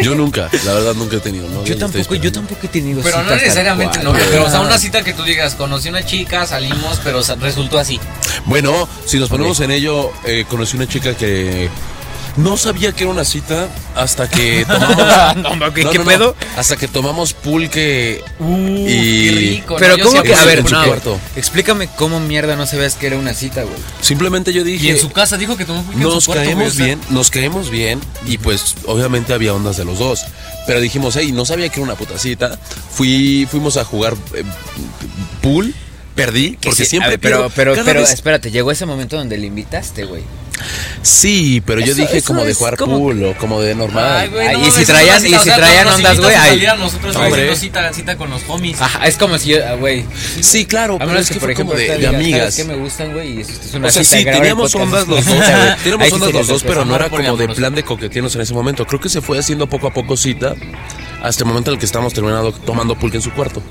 Speaker 3: Yo nunca, la verdad nunca he tenido. novia,
Speaker 2: Yo
Speaker 3: y estoy
Speaker 2: tampoco, yo
Speaker 3: esperando.
Speaker 2: tampoco he tenido
Speaker 4: Pero
Speaker 2: Pues citas.
Speaker 4: no
Speaker 2: tal
Speaker 4: necesariamente
Speaker 2: cual,
Speaker 4: no,
Speaker 2: güey.
Speaker 4: pero o sea, una cita que tú digas, conocí una chica, salimos, pero sa- resultó así.
Speaker 3: Bueno, si nos ponemos en ello, eh, conocí una chica que no sabía que era una cita hasta que tomamos.
Speaker 2: ¿Qué- qué pedo?
Speaker 3: Hasta que tomamos pulque
Speaker 4: Qué
Speaker 3: y
Speaker 4: rico, ¿no?
Speaker 2: Pero
Speaker 4: Yo
Speaker 2: cómo
Speaker 4: sí
Speaker 2: que, a
Speaker 4: aplico
Speaker 2: ver,
Speaker 3: en su
Speaker 2: no,
Speaker 3: cuarto.
Speaker 2: explícame cómo mierda no sabías que era una cita, güey.
Speaker 3: simplemente yo dije.
Speaker 4: Y en su casa dijo que tomó un en
Speaker 3: Nos
Speaker 4: su cuarto, güey,
Speaker 3: caemos
Speaker 4: o sea,
Speaker 3: bien, nos caemos bien y pues obviamente había ondas de los dos. Pero dijimos, hey, no sabía que era una puta cita. Fui, fuimos a jugar eh, pool, perdí, porque
Speaker 2: Sí,
Speaker 3: siempre
Speaker 2: a ver, pero
Speaker 3: pierdo.
Speaker 2: pero
Speaker 3: Cada
Speaker 2: pero
Speaker 3: vez-
Speaker 2: espérate, llegó ese momento donde le invitaste, güey.
Speaker 3: Sí, pero yo
Speaker 2: Eso-
Speaker 3: dije
Speaker 2: eso
Speaker 3: como de
Speaker 2: es
Speaker 3: jugar
Speaker 2: como-
Speaker 3: pool o como de normal.
Speaker 4: Ay, güey,
Speaker 2: Ay,
Speaker 4: no
Speaker 2: y
Speaker 4: mames,
Speaker 2: si
Speaker 4: es
Speaker 2: traían-
Speaker 4: una cita,
Speaker 2: y
Speaker 4: o
Speaker 2: si
Speaker 4: sea,
Speaker 2: traían
Speaker 4: nos
Speaker 2: ondas, güey,
Speaker 4: invitas a
Speaker 2: ay.
Speaker 4: salir a Nosotros
Speaker 3: Hombre.
Speaker 4: haciendo cita, cita con los homies.
Speaker 2: Ajá, es como si yo, ah, güey.
Speaker 3: Sí, claro,
Speaker 2: A
Speaker 3: pero
Speaker 2: menos
Speaker 3: es que,
Speaker 2: por
Speaker 3: fue como
Speaker 2: ejemplo,
Speaker 3: de,
Speaker 2: esta
Speaker 3: de
Speaker 2: diga,
Speaker 3: amigas.
Speaker 2: ¿sabes qué me gustan, güey? Y esto es una
Speaker 3: O sea,
Speaker 2: cita,
Speaker 3: sí,
Speaker 2: grabar el
Speaker 3: teníamos
Speaker 2: podcast,
Speaker 3: ondas
Speaker 2: es una
Speaker 3: los dos.
Speaker 2: cita, güey. Ahí
Speaker 3: Teníamos
Speaker 2: sí
Speaker 3: ondas
Speaker 2: sería
Speaker 3: los dos,
Speaker 2: otra
Speaker 3: pero
Speaker 2: cosa.
Speaker 3: no era
Speaker 4: poliamoroso.
Speaker 3: como de plan de coquetearnos en ese momento. Creo que se fue haciendo poco a poco cita hasta el momento en el que estábamos terminando tomando pulque en su cuarto.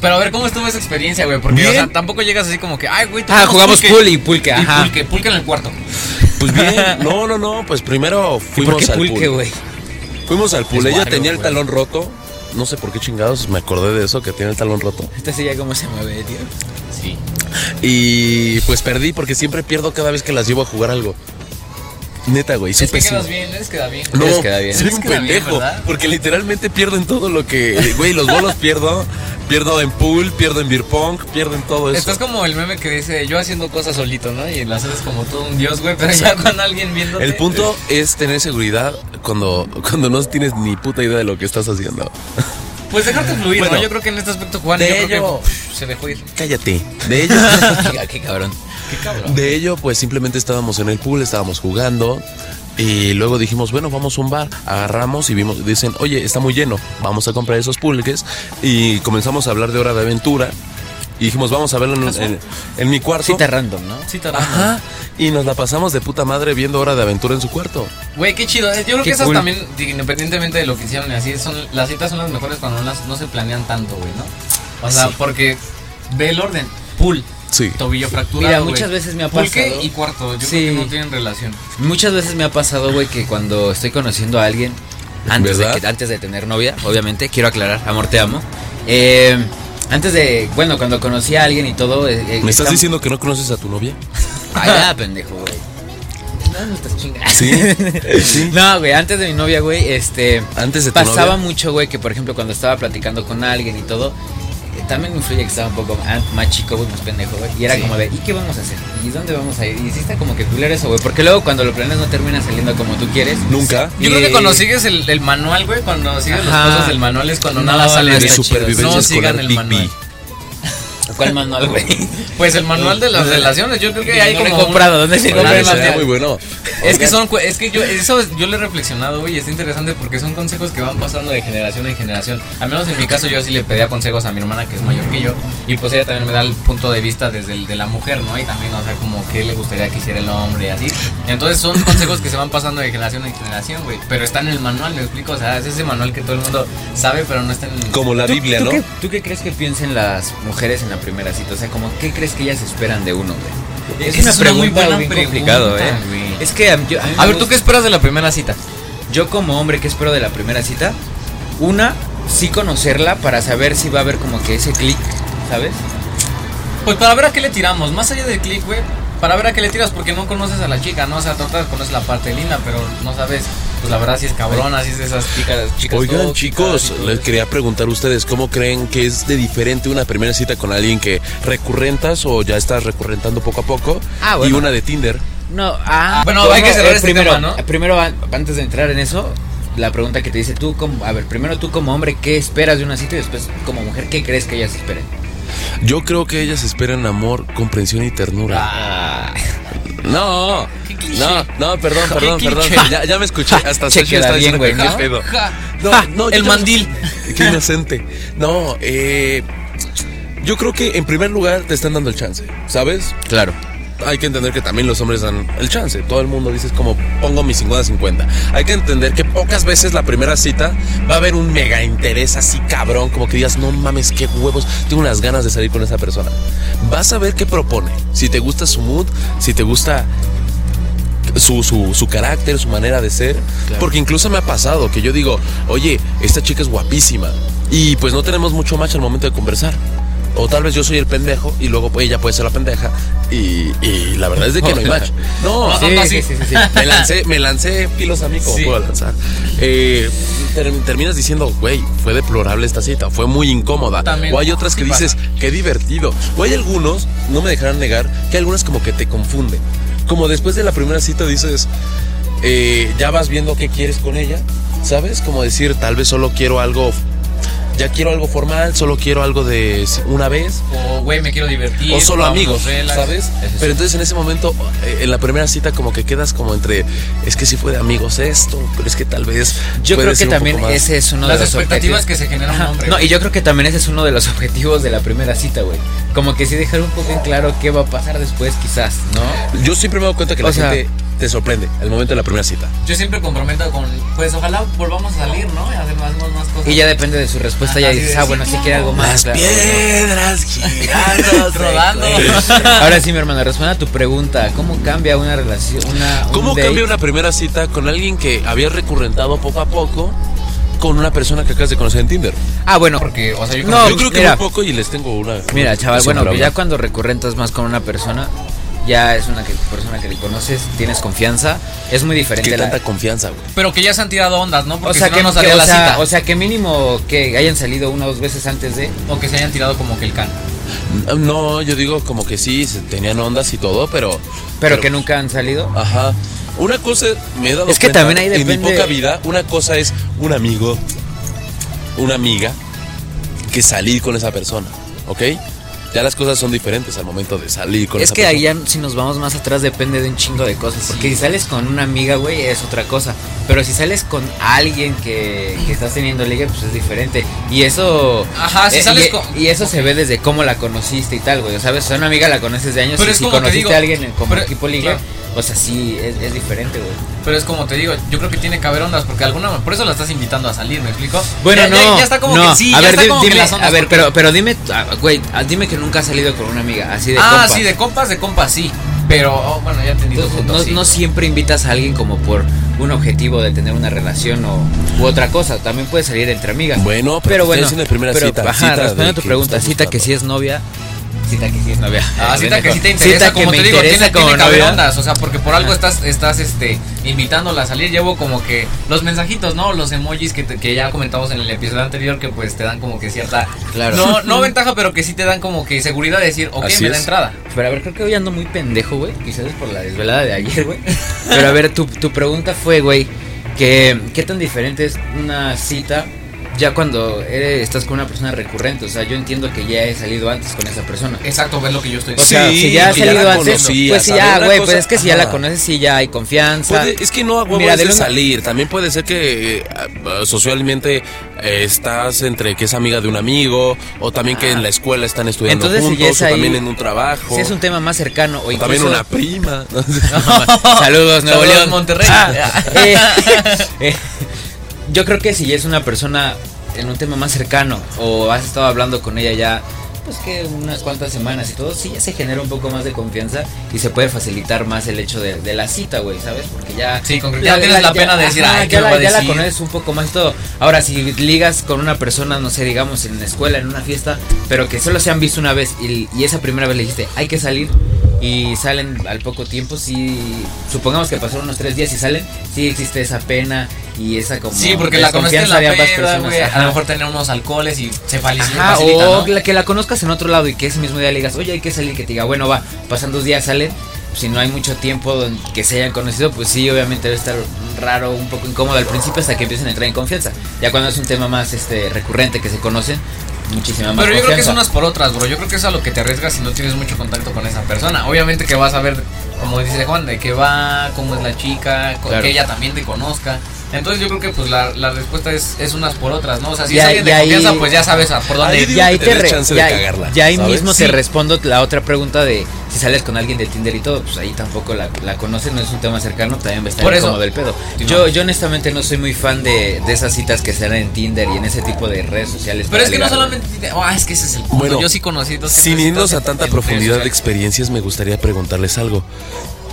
Speaker 4: Pero a ver, ¿cómo estuvo esa experiencia, güey? Porque,
Speaker 3: Bien.
Speaker 4: o sea, tampoco llegas así como que, ay, güey,
Speaker 2: Ah,
Speaker 4: tomamos
Speaker 2: jugamos pool y pulque,
Speaker 4: Y
Speaker 2: ajá.
Speaker 4: pulque, pulque en el cuarto.
Speaker 3: Pues bien, no, no, no, pues primero
Speaker 2: ¿Y ¿Por
Speaker 3: fuimos
Speaker 2: qué
Speaker 3: al
Speaker 2: pulque,
Speaker 3: pool.
Speaker 2: güey?
Speaker 3: Fuimos al pool,
Speaker 4: Es
Speaker 3: ella
Speaker 4: Wario,
Speaker 3: tenía el
Speaker 4: güey.
Speaker 3: talón roto. No sé por qué chingados me acordé de eso, que tiene el talón roto.
Speaker 2: Esta silla cómo se mueve, tío.
Speaker 4: Sí.
Speaker 3: Y pues perdí porque siempre pierdo cada vez que las llevo a jugar algo. Neta, güey,
Speaker 4: Es que
Speaker 3: súper
Speaker 4: quedas
Speaker 3: sí.
Speaker 4: bien, es queda bien.
Speaker 3: No,
Speaker 2: Les queda bien.
Speaker 3: soy
Speaker 4: Les
Speaker 3: un
Speaker 4: queda bien,
Speaker 3: pendejo,
Speaker 4: ¿verdad?
Speaker 3: porque literalmente pierdo en todo lo que... Güey, los bolos pierdo, pierdo en pool, pierdo en beer pong, pierdo en todo eso.
Speaker 4: Estás como el meme que dice yo haciendo cosas solito, ¿no? Y las haces como todo un dios, güey, pero ya con alguien viéndote.
Speaker 3: El punto es tener seguridad cuando, cuando no tienes ni puta idea de lo que estás haciendo.
Speaker 4: Pues dejarte fluir,
Speaker 3: Bueno.
Speaker 4: ¿no? Yo creo que en este aspecto Juan
Speaker 3: De
Speaker 4: yo creo que,
Speaker 3: ello.
Speaker 4: pff, se dejó ir.
Speaker 3: Cállate. De ello...
Speaker 2: Qué- Qué cabrón.
Speaker 4: Qué cabrón.
Speaker 3: De ello, pues simplemente estábamos en el pool, estábamos jugando. Y luego dijimos, bueno, vamos a un bar. Agarramos y vimos, dicen, oye, está muy lleno, vamos a comprar esos pulques. Y comenzamos a hablar de hora de aventura. Y dijimos, vamos a verlo en, un- en- en mi cuarto.
Speaker 2: Cita random, ¿no?
Speaker 4: Sí, tarado.
Speaker 3: Ajá. Y nos la pasamos de puta madre viendo hora de aventura en su cuarto.
Speaker 4: Güey, qué chido. eh. Yo creo
Speaker 2: Qué
Speaker 4: que esas
Speaker 2: cool.
Speaker 4: también, digo, independientemente de lo que hicieron y así, son, las citas son las mejores cuando no, las- no se planean tanto, güey, ¿no? O sea, porque ve el orden. Pool.
Speaker 3: Sí.
Speaker 4: Tobillo fracturado.
Speaker 2: Mira,
Speaker 4: güey.
Speaker 2: muchas veces me ha
Speaker 4: Pulque
Speaker 2: pasado.
Speaker 4: y cuarto. Yo
Speaker 2: Sí.
Speaker 4: creo que no tienen relación.
Speaker 2: Muchas veces me ha pasado, güey, que cuando estoy conociendo a alguien, antes, de,
Speaker 3: ¿Verdad?
Speaker 2: que- antes de tener novia, obviamente, quiero aclarar, amor, te amo. Eh, antes de, bueno, cuando conocí a alguien y todo. eh, eh,
Speaker 3: ¿Me estás
Speaker 2: estam-
Speaker 3: diciendo que no conoces a tu novia?
Speaker 2: Ay, ya, pendejo, güey. todas nuestras chingadas.
Speaker 3: Sí, sí.
Speaker 2: No, güey, antes de mi novia, güey, este.
Speaker 3: Antes de tu
Speaker 2: Pasaba
Speaker 3: novia.
Speaker 2: mucho, güey, que por ejemplo cuando estaba platicando con alguien y todo. eh, También me influye que estaba un poco ah, más chico, güey, más pendejo, güey. Y era
Speaker 4: Sí.
Speaker 2: como de, ¿y qué vamos a hacer? ¿Y dónde vamos a ir? Y sí está como que culero eso, güey. Porque luego cuando lo planeas no termina saliendo como tú quieres.
Speaker 3: Nunca.
Speaker 4: Yo creo
Speaker 2: Y-
Speaker 4: que cuando sigues el, el manual, güey, cuando sigues
Speaker 2: Ajá.
Speaker 4: las cosas del manual es cuando
Speaker 2: No,
Speaker 4: nada sale
Speaker 2: la está
Speaker 3: De
Speaker 4: bien.
Speaker 2: chido.
Speaker 3: supervivencia
Speaker 4: No
Speaker 3: escolar
Speaker 4: sigan el
Speaker 3: Big
Speaker 4: manual.
Speaker 3: B.
Speaker 2: ¿Cuál manual, güey?
Speaker 4: Pues el manual de las relaciones, yo creo que hay
Speaker 2: No lo he
Speaker 4: como
Speaker 2: comprado, ¿dónde se
Speaker 4: un-
Speaker 2: compra
Speaker 4: un
Speaker 2: el
Speaker 3: Está
Speaker 2: manual?
Speaker 4: manual?
Speaker 3: muy bueno.
Speaker 4: Es que son, cu- es que yo, eso es- yo lo he reflexionado, güey, y está interesante porque son consejos que van pasando de generación en generación. Al menos en mi caso yo sí le pedía consejos a mi hermana que es mayor que yo, y pues ella también me da el punto de vista desde el de la mujer, ¿no? Y también, o sea, como qué le gustaría que hiciera el hombre y así. Entonces son consejos que se van pasando de generación en generación, güey. Pero está en el manual, me explico, o sea, es ese manual que todo el mundo sabe, pero no está en el...
Speaker 3: Como la Biblia,
Speaker 2: ¿Tú
Speaker 3: ¿no?
Speaker 2: qué, tú qué crees que piensen las mujeres en la primera cita? O sea, como, ¿qué crees que ellas esperan de uno, güey?
Speaker 4: Esa es una muy buena
Speaker 2: complicado,
Speaker 4: pregunta,
Speaker 2: ¿eh?
Speaker 4: güey.
Speaker 2: Es que um, yo- a, mí me
Speaker 4: A ver, ¿tú
Speaker 2: gusta-
Speaker 4: qué esperas de la primera cita?
Speaker 2: Yo como hombre, ¿qué espero de la primera cita? Una, sí conocerla para saber si va a haber como que ese clic, ¿sabes?
Speaker 4: Pues para ver a qué le tiramos, más allá del click, güey, para ver a qué le tiras, porque no conoces a la chica, ¿no? O sea, tratas de conocer la parte linda, pero no sabes, pues la verdad, si es cabrona, si es de esas chicas, chicas
Speaker 3: Oigan
Speaker 4: tóxicas
Speaker 3: chicos,
Speaker 4: y todo
Speaker 3: les
Speaker 4: eso.
Speaker 3: quería preguntar a ustedes, ¿cómo creen que es de diferente una primera cita con alguien que recurrentas o ya estás recurrentando poco a poco?
Speaker 2: Ah, bueno.
Speaker 3: Y una de Tinder.
Speaker 2: No, ah,
Speaker 4: Bueno, hay que cerrar
Speaker 2: eh,
Speaker 4: este
Speaker 2: primero,
Speaker 4: tema, ¿no?
Speaker 2: Primero, an- antes de entrar en eso, la pregunta que te dice tú, como, a ver, primero tú como hombre, ¿qué esperas de una cita? Y después, como mujer, ¿qué crees que ellas esperen?
Speaker 3: Yo creo que ellas esperan amor, comprensión y ternura. Ah.
Speaker 4: Ah,
Speaker 3: No, no, no, perdón, perdón,
Speaker 4: cliché.
Speaker 3: perdón. Ya, ya me escuché, hasta
Speaker 2: Che,
Speaker 3: Sergio
Speaker 2: queda
Speaker 3: está
Speaker 2: bien,
Speaker 3: diciendo
Speaker 2: güey,
Speaker 3: que qué
Speaker 2: ¿no?
Speaker 3: pedo.
Speaker 4: Ja.
Speaker 3: No, no,
Speaker 4: El
Speaker 3: yo-
Speaker 4: mandil.
Speaker 3: Qué inocente. No, eh, yo creo que en primer lugar te están dando el chance, ¿sabes?
Speaker 2: Claro.
Speaker 3: Hay que entender que también los hombres dan el chance. Todo el mundo dice es como pongo mi 50-50. Hay que entender que pocas veces la primera cita va a haber un mega interés así cabrón, como que digas, no mames, qué huevos, tengo unas ganas de salir con esa persona. Vas a ver qué propone. Si te gusta su mood, si te gusta su, su, su carácter, su manera de ser. Porque incluso me ha pasado que yo digo, oye, esta chica es guapísima. Y pues no tenemos mucho match al momento de conversar. O tal vez yo soy el pendejo y luego pues, ella puede ser la pendeja. Y, y la verdad es de que no hay match. No,
Speaker 4: No,
Speaker 3: sí,
Speaker 4: no, sí.
Speaker 3: me lancé, me lancé pilos a mí como
Speaker 4: Sí.
Speaker 3: puedo lanzar. Eh, ter- terminas diciendo, güey, fue deplorable esta cita, fue muy incómoda.
Speaker 4: También.
Speaker 3: O hay otras que
Speaker 4: Sí
Speaker 3: dices, qué divertido. O hay algunos, no me dejarán negar, que algunas como que te confunden. Como después de la primera cita dices, eh, ya vas viendo qué quieres con ella, ¿sabes? Como decir, tal vez solo quiero algo, ya quiero algo formal, solo quiero algo de una vez
Speaker 4: O, güey, me quiero divertir.
Speaker 3: o solo
Speaker 4: vámonos,
Speaker 3: amigos,
Speaker 4: relax.
Speaker 3: ¿sabes?
Speaker 4: Eso sí.
Speaker 3: Pero entonces en ese momento, eh, en la primera cita, como que quedas como entre, es que si fue de amigos esto, pero es que tal vez.
Speaker 2: Yo
Speaker 3: puede
Speaker 2: creo que
Speaker 3: ser un
Speaker 2: también
Speaker 3: poco más.
Speaker 2: ese es uno
Speaker 4: Las
Speaker 2: de los
Speaker 4: expectativas
Speaker 2: objetivos.
Speaker 4: que se genera un
Speaker 2: Ajá.
Speaker 4: hombre,
Speaker 2: No,
Speaker 4: güey.
Speaker 2: y yo creo que también ese es uno de los objetivos de la primera cita, güey. Como que sí dejar un poco en claro qué va a pasar después, quizás, ¿no?
Speaker 3: Yo siempre me doy cuenta que la
Speaker 2: O sea-
Speaker 3: gente te sorprende al momento de la primera cita.
Speaker 4: Yo siempre comprometo con, pues ojalá volvamos a salir, ¿no? Y hacer más, más, más cosas.
Speaker 2: Y ya depende de su respuesta, ya
Speaker 4: Ajá, sí,
Speaker 2: dices,
Speaker 4: sí,
Speaker 2: ah, bueno, si
Speaker 4: claro.
Speaker 2: quiere algo más. claro.
Speaker 3: piedras girando,
Speaker 4: Rodando.
Speaker 2: Ahora sí, mi hermana, responde a tu pregunta. ¿Cómo cambia una relación? Una, un
Speaker 3: ¿Cómo
Speaker 2: date?
Speaker 3: cambia una primera cita con alguien que había recurrentado poco a poco con una persona que acabas de conocer en Tinder?
Speaker 2: Ah, bueno,
Speaker 4: Porque, o sea, yo
Speaker 2: No,
Speaker 3: Yo creo que
Speaker 2: mira.
Speaker 3: muy poco y les tengo una.
Speaker 2: Mira, chaval,
Speaker 3: siempre
Speaker 2: bueno, pues ya
Speaker 3: hablo.
Speaker 2: cuando recurrentas más con una persona, ya es una que- persona que le conoces, tienes confianza, es muy diferente.
Speaker 3: Qué
Speaker 2: la-
Speaker 3: tanta confianza, güey.
Speaker 4: Pero que ya se han tirado ondas, ¿no?
Speaker 2: o
Speaker 4: Porque
Speaker 2: sea,
Speaker 4: si no,
Speaker 2: que,
Speaker 4: no
Speaker 2: que-
Speaker 4: salía
Speaker 2: o
Speaker 4: la
Speaker 2: sea-
Speaker 4: cita.
Speaker 2: o sea, que mínimo que hayan salido una o dos veces antes de...
Speaker 4: O que se hayan tirado como que el can.
Speaker 3: No, yo digo como que sí, se- tenían ondas y todo, pero.
Speaker 2: Pero que nunca han salido.
Speaker 3: Ajá. Una cosa me he dado
Speaker 2: Es que
Speaker 3: cuenta,
Speaker 2: también ahí
Speaker 3: En
Speaker 2: depende-
Speaker 3: mi poca vida, una cosa es un amigo, una amiga, que salir con esa persona, ¿ok? Ya las cosas son diferentes al momento de salir con
Speaker 2: Es
Speaker 3: esa
Speaker 2: que
Speaker 3: persona.
Speaker 2: ahí ya, si nos vamos más atrás, depende de un chingo de cosas. Porque si sales con una amiga, güey, es otra cosa. Pero si sales con alguien que, que estás teniendo liga, pues es diferente. Y eso. eh,
Speaker 4: Ajá, si sales
Speaker 2: y,
Speaker 4: con-
Speaker 2: Y eso se ve desde cómo la conociste y tal, güey. O ¿Sabes? O sea, una amiga la conoces de años.
Speaker 4: Pero
Speaker 2: y
Speaker 4: es
Speaker 2: si
Speaker 4: como te
Speaker 2: conociste
Speaker 4: digo,
Speaker 2: a alguien en- como
Speaker 4: pero-
Speaker 2: equipo liga,
Speaker 4: claro.
Speaker 2: o sea, sí, es, es diferente, güey.
Speaker 4: Pero es como te digo, yo creo que tiene que haber ondas porque alguna por eso la estás invitando a salir, ¿me explico?
Speaker 2: Bueno,
Speaker 4: Ya-
Speaker 2: no.
Speaker 4: ya- Ya, está como
Speaker 2: no.
Speaker 4: que sí,
Speaker 2: a
Speaker 4: ya
Speaker 2: ver,
Speaker 4: está
Speaker 2: di-
Speaker 4: como que
Speaker 2: dime,
Speaker 4: las ondas
Speaker 2: a ver,
Speaker 4: porque-
Speaker 2: pero, pero dime, ah, güey, ah, dime que nunca has salido con una amiga, así de
Speaker 4: ah,
Speaker 2: compas.
Speaker 4: sí, de compas, de compas, sí. Pero, oh, bueno, ya entendí tu
Speaker 2: Entonces,
Speaker 4: punto,
Speaker 2: no,
Speaker 4: sí.
Speaker 2: no siempre invitas a alguien como por un objetivo de tener una relación o u otra cosa. También puede salir entre amigas.
Speaker 3: Bueno, pero te estoy diciendo de primera cita,
Speaker 2: Ajá,
Speaker 3: cita
Speaker 2: respondiendo
Speaker 3: de
Speaker 2: a tu
Speaker 3: que
Speaker 2: pregunta,
Speaker 3: estás
Speaker 2: cita que
Speaker 3: buscando.
Speaker 2: si es novia. Cita que sí es novia.
Speaker 4: Ah, cita que sí te interesa,
Speaker 2: Cita que
Speaker 4: como
Speaker 2: me
Speaker 4: te digo,
Speaker 2: interesa
Speaker 4: tiene,
Speaker 2: como Ah.
Speaker 4: tiene que haber
Speaker 2: novia.
Speaker 4: ondas, o sea, porque por algo estás, estás este, invitándola a salir. Llevo como que los mensajitos, ¿no? Los emojis que, te- que ya comentamos en el episodio anterior, que pues te dan como que cierta.
Speaker 2: Claro.
Speaker 4: No, no ventaja, pero que sí te dan como que seguridad de decir, ok,
Speaker 3: Así
Speaker 4: me da
Speaker 3: es.
Speaker 4: entrada.
Speaker 2: Pero a ver, creo que hoy ando muy pendejo, güey. Quizás es por la desvelada de ayer, güey. Pero a ver, tu, tu pregunta fue, güey, que qué tan diferente es una cita ya cuando eres- estás con una persona recurrente. O sea, yo entiendo que ya he salido antes con esa persona.
Speaker 4: Exacto, ver lo que yo estoy
Speaker 2: O sea,
Speaker 3: Sí,
Speaker 2: si ya has
Speaker 3: que ya
Speaker 2: salido
Speaker 3: la
Speaker 2: antes,
Speaker 3: conocías,
Speaker 2: pues sí,
Speaker 3: ¿sabes?
Speaker 2: ya,
Speaker 3: Una
Speaker 2: güey,
Speaker 3: cosa-
Speaker 2: pues es que si ya la
Speaker 3: ajá.
Speaker 2: conoces, sí, ya hay confianza.
Speaker 3: Puede- es que no a huevo
Speaker 2: Mira,
Speaker 3: es
Speaker 2: de
Speaker 3: de
Speaker 2: luna-
Speaker 3: salir. También puede ser que eh, ah, socialmente eh, estás entre que es amiga de un amigo o también
Speaker 4: Ah.
Speaker 3: que en la escuela están estudiando
Speaker 2: Entonces, si
Speaker 3: juntos
Speaker 2: es
Speaker 3: o
Speaker 2: ahí-
Speaker 3: también en un trabajo.
Speaker 2: Si es un tema más cercano o
Speaker 3: o
Speaker 2: incluso...
Speaker 3: también una prima.
Speaker 2: Saludos, Nuevo
Speaker 4: Saludos,
Speaker 2: León.
Speaker 4: Monterrey.
Speaker 2: eh, eh, yo creo que si ya es una persona en un tema más cercano o has estado hablando con ella ya, pues que unas cuantas semanas y todo, sí ya se genera un poco más de confianza y se puede facilitar más el hecho de, de la cita, güey, ¿sabes? Porque ya.
Speaker 4: Sí, con que ya tienes la pena de decir, "Ay, ¿qué
Speaker 2: ya,
Speaker 4: me
Speaker 2: la,
Speaker 4: va a
Speaker 2: ya la
Speaker 4: decir?"
Speaker 2: conoces un poco más y todo. Ahora, si ligas con una persona, no sé, digamos en la escuela, en una fiesta, pero que solo se han visto una vez y, y esa primera vez le dijiste, hay que salir y salen al poco tiempo, si supongamos que pasaron unos tres días y salen, sí existe esa pena y esa como
Speaker 4: Sí, porque la conociste en
Speaker 2: desconfianza
Speaker 4: la
Speaker 2: de ambas
Speaker 4: peda,
Speaker 2: personas.
Speaker 4: güey. A
Speaker 2: Ajá.
Speaker 4: lo mejor tener unos alcoholes y se facilita,
Speaker 2: Ajá,
Speaker 4: facilita,
Speaker 2: o
Speaker 4: ¿no?
Speaker 2: la- que la conozcas en otro lado y que ese mismo día le digas, oye, hay que salir, que te diga, bueno, va, pasan dos días, salen. Pues, Si no hay mucho tiempo don- que se hayan conocido, pues sí, obviamente debe estar raro, un poco incómodo al principio hasta que empiecen a entrar en confianza. Ya cuando es un tema más este recurrente que se conocen, muchísima más
Speaker 4: Pero yo creo que es
Speaker 2: confianza.
Speaker 4: unas por otras, bro. Yo creo que es a lo que te arriesgas si no tienes mucho contacto con esa persona. Obviamente que vas a ver, como dice Juan, de qué va, cómo es la chica, co-
Speaker 2: Claro.
Speaker 4: que ella también te conozca. Entonces yo creo que pues la, la respuesta es, es unas por otras, ¿no? O sea, si
Speaker 2: Y
Speaker 4: es
Speaker 2: ahí-
Speaker 4: alguien de
Speaker 2: y ahí-
Speaker 4: confianza, pues ya sabes a por dónde
Speaker 3: Ahí
Speaker 4: ir.
Speaker 3: digo
Speaker 2: Y ahí
Speaker 3: que
Speaker 2: te
Speaker 3: tenés
Speaker 2: re-
Speaker 3: chance de
Speaker 2: ya,
Speaker 3: cagarla,
Speaker 2: ya ahí
Speaker 3: ¿sabes?
Speaker 2: mismo
Speaker 3: Sí.
Speaker 2: te respondo la otra pregunta de si sales con alguien del Tinder y todo, pues ahí tampoco la, la conoces, no es un tema cercano, también va a estar
Speaker 4: Por eso.
Speaker 2: incómodo el pedo.
Speaker 4: Sí,
Speaker 2: Yo, yo honestamente no soy muy fan de, de esas citas que se dan en Tinder y en ese tipo de redes sociales. para
Speaker 4: Pero es que no
Speaker 2: ligar, güey.
Speaker 4: solamente... Ah, es que ese es el punto.
Speaker 3: Bueno,
Speaker 4: yo sí conocí dos...
Speaker 3: Sin
Speaker 4: tres
Speaker 3: irnos a
Speaker 4: citas
Speaker 3: tanta
Speaker 4: en- en
Speaker 3: profundidad de
Speaker 4: redes sociales.
Speaker 3: experiencias, me gustaría preguntarles algo.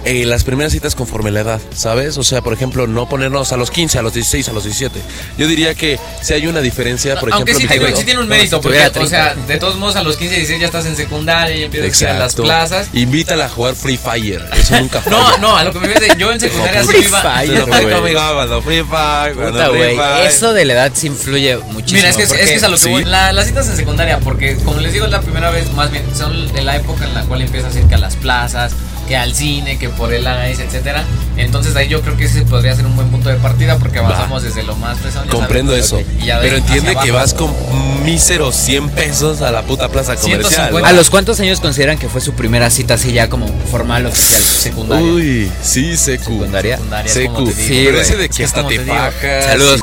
Speaker 3: Eh, las primeras citas conforme la edad, ¿sabes? O sea, por ejemplo, no ponernos a los 15, a los 16, a los 17. Yo diría que si hay una diferencia, por
Speaker 4: Aunque
Speaker 3: ejemplo...
Speaker 4: sí,
Speaker 3: mi
Speaker 4: te digo,
Speaker 3: querido-
Speaker 4: sí tiene un
Speaker 2: No,
Speaker 4: mérito,
Speaker 2: si
Speaker 4: porque,
Speaker 2: tuviera
Speaker 4: o sea,
Speaker 2: 30.
Speaker 4: de todos modos a los 15 y 16 ya estás en secundaria y empiezas a ir a las
Speaker 3: Exacto.
Speaker 4: plazas.
Speaker 3: Invítala a jugar Free Fire. Eso nunca
Speaker 4: No, no, a lo que me refiero es de- yo en secundaria sí
Speaker 2: Free
Speaker 4: iba...
Speaker 2: Fire.
Speaker 3: Se lo
Speaker 2: Güey.
Speaker 3: prometo, amigo, cuando Free Fire, cuando
Speaker 2: Puta,
Speaker 3: Free
Speaker 2: güey,
Speaker 3: Fire.
Speaker 2: Eso de la edad se influye muchísimo.
Speaker 4: Mira, es que, es,
Speaker 2: porque-
Speaker 4: es que es a lo que
Speaker 3: sí.
Speaker 4: voy. La- las citas en secundaria, porque como les digo, es la primera vez, más bien, son de la época en la cual empiezas a ir que a las plazas, que al cine, que por el ice, etcétera. Entonces ahí yo creo que ese podría ser un buen punto de partida porque avanzamos desde lo más fresón. ya
Speaker 3: Comprendo
Speaker 4: sabes,
Speaker 3: eso.
Speaker 4: y ya de-
Speaker 3: Pero entiende
Speaker 4: hacia
Speaker 3: que
Speaker 4: abajo.
Speaker 3: vas con míseros 100 pesos a la puta plaza comercial.
Speaker 4: 150.
Speaker 2: ¿A los cuántos años consideran que fue su primera cita así ya como formal, oficial, secundaria?
Speaker 3: Uy, sí, secu.
Speaker 2: Secundaria.
Speaker 4: Secundaria, es como
Speaker 3: Secu.
Speaker 4: te digo.
Speaker 2: Sí,
Speaker 3: Pero
Speaker 2: güey.
Speaker 3: ese de
Speaker 4: Sí,
Speaker 3: que
Speaker 4: es
Speaker 3: hasta
Speaker 4: como
Speaker 3: te
Speaker 4: te digo. Ah.
Speaker 3: pagas.
Speaker 2: Saludos.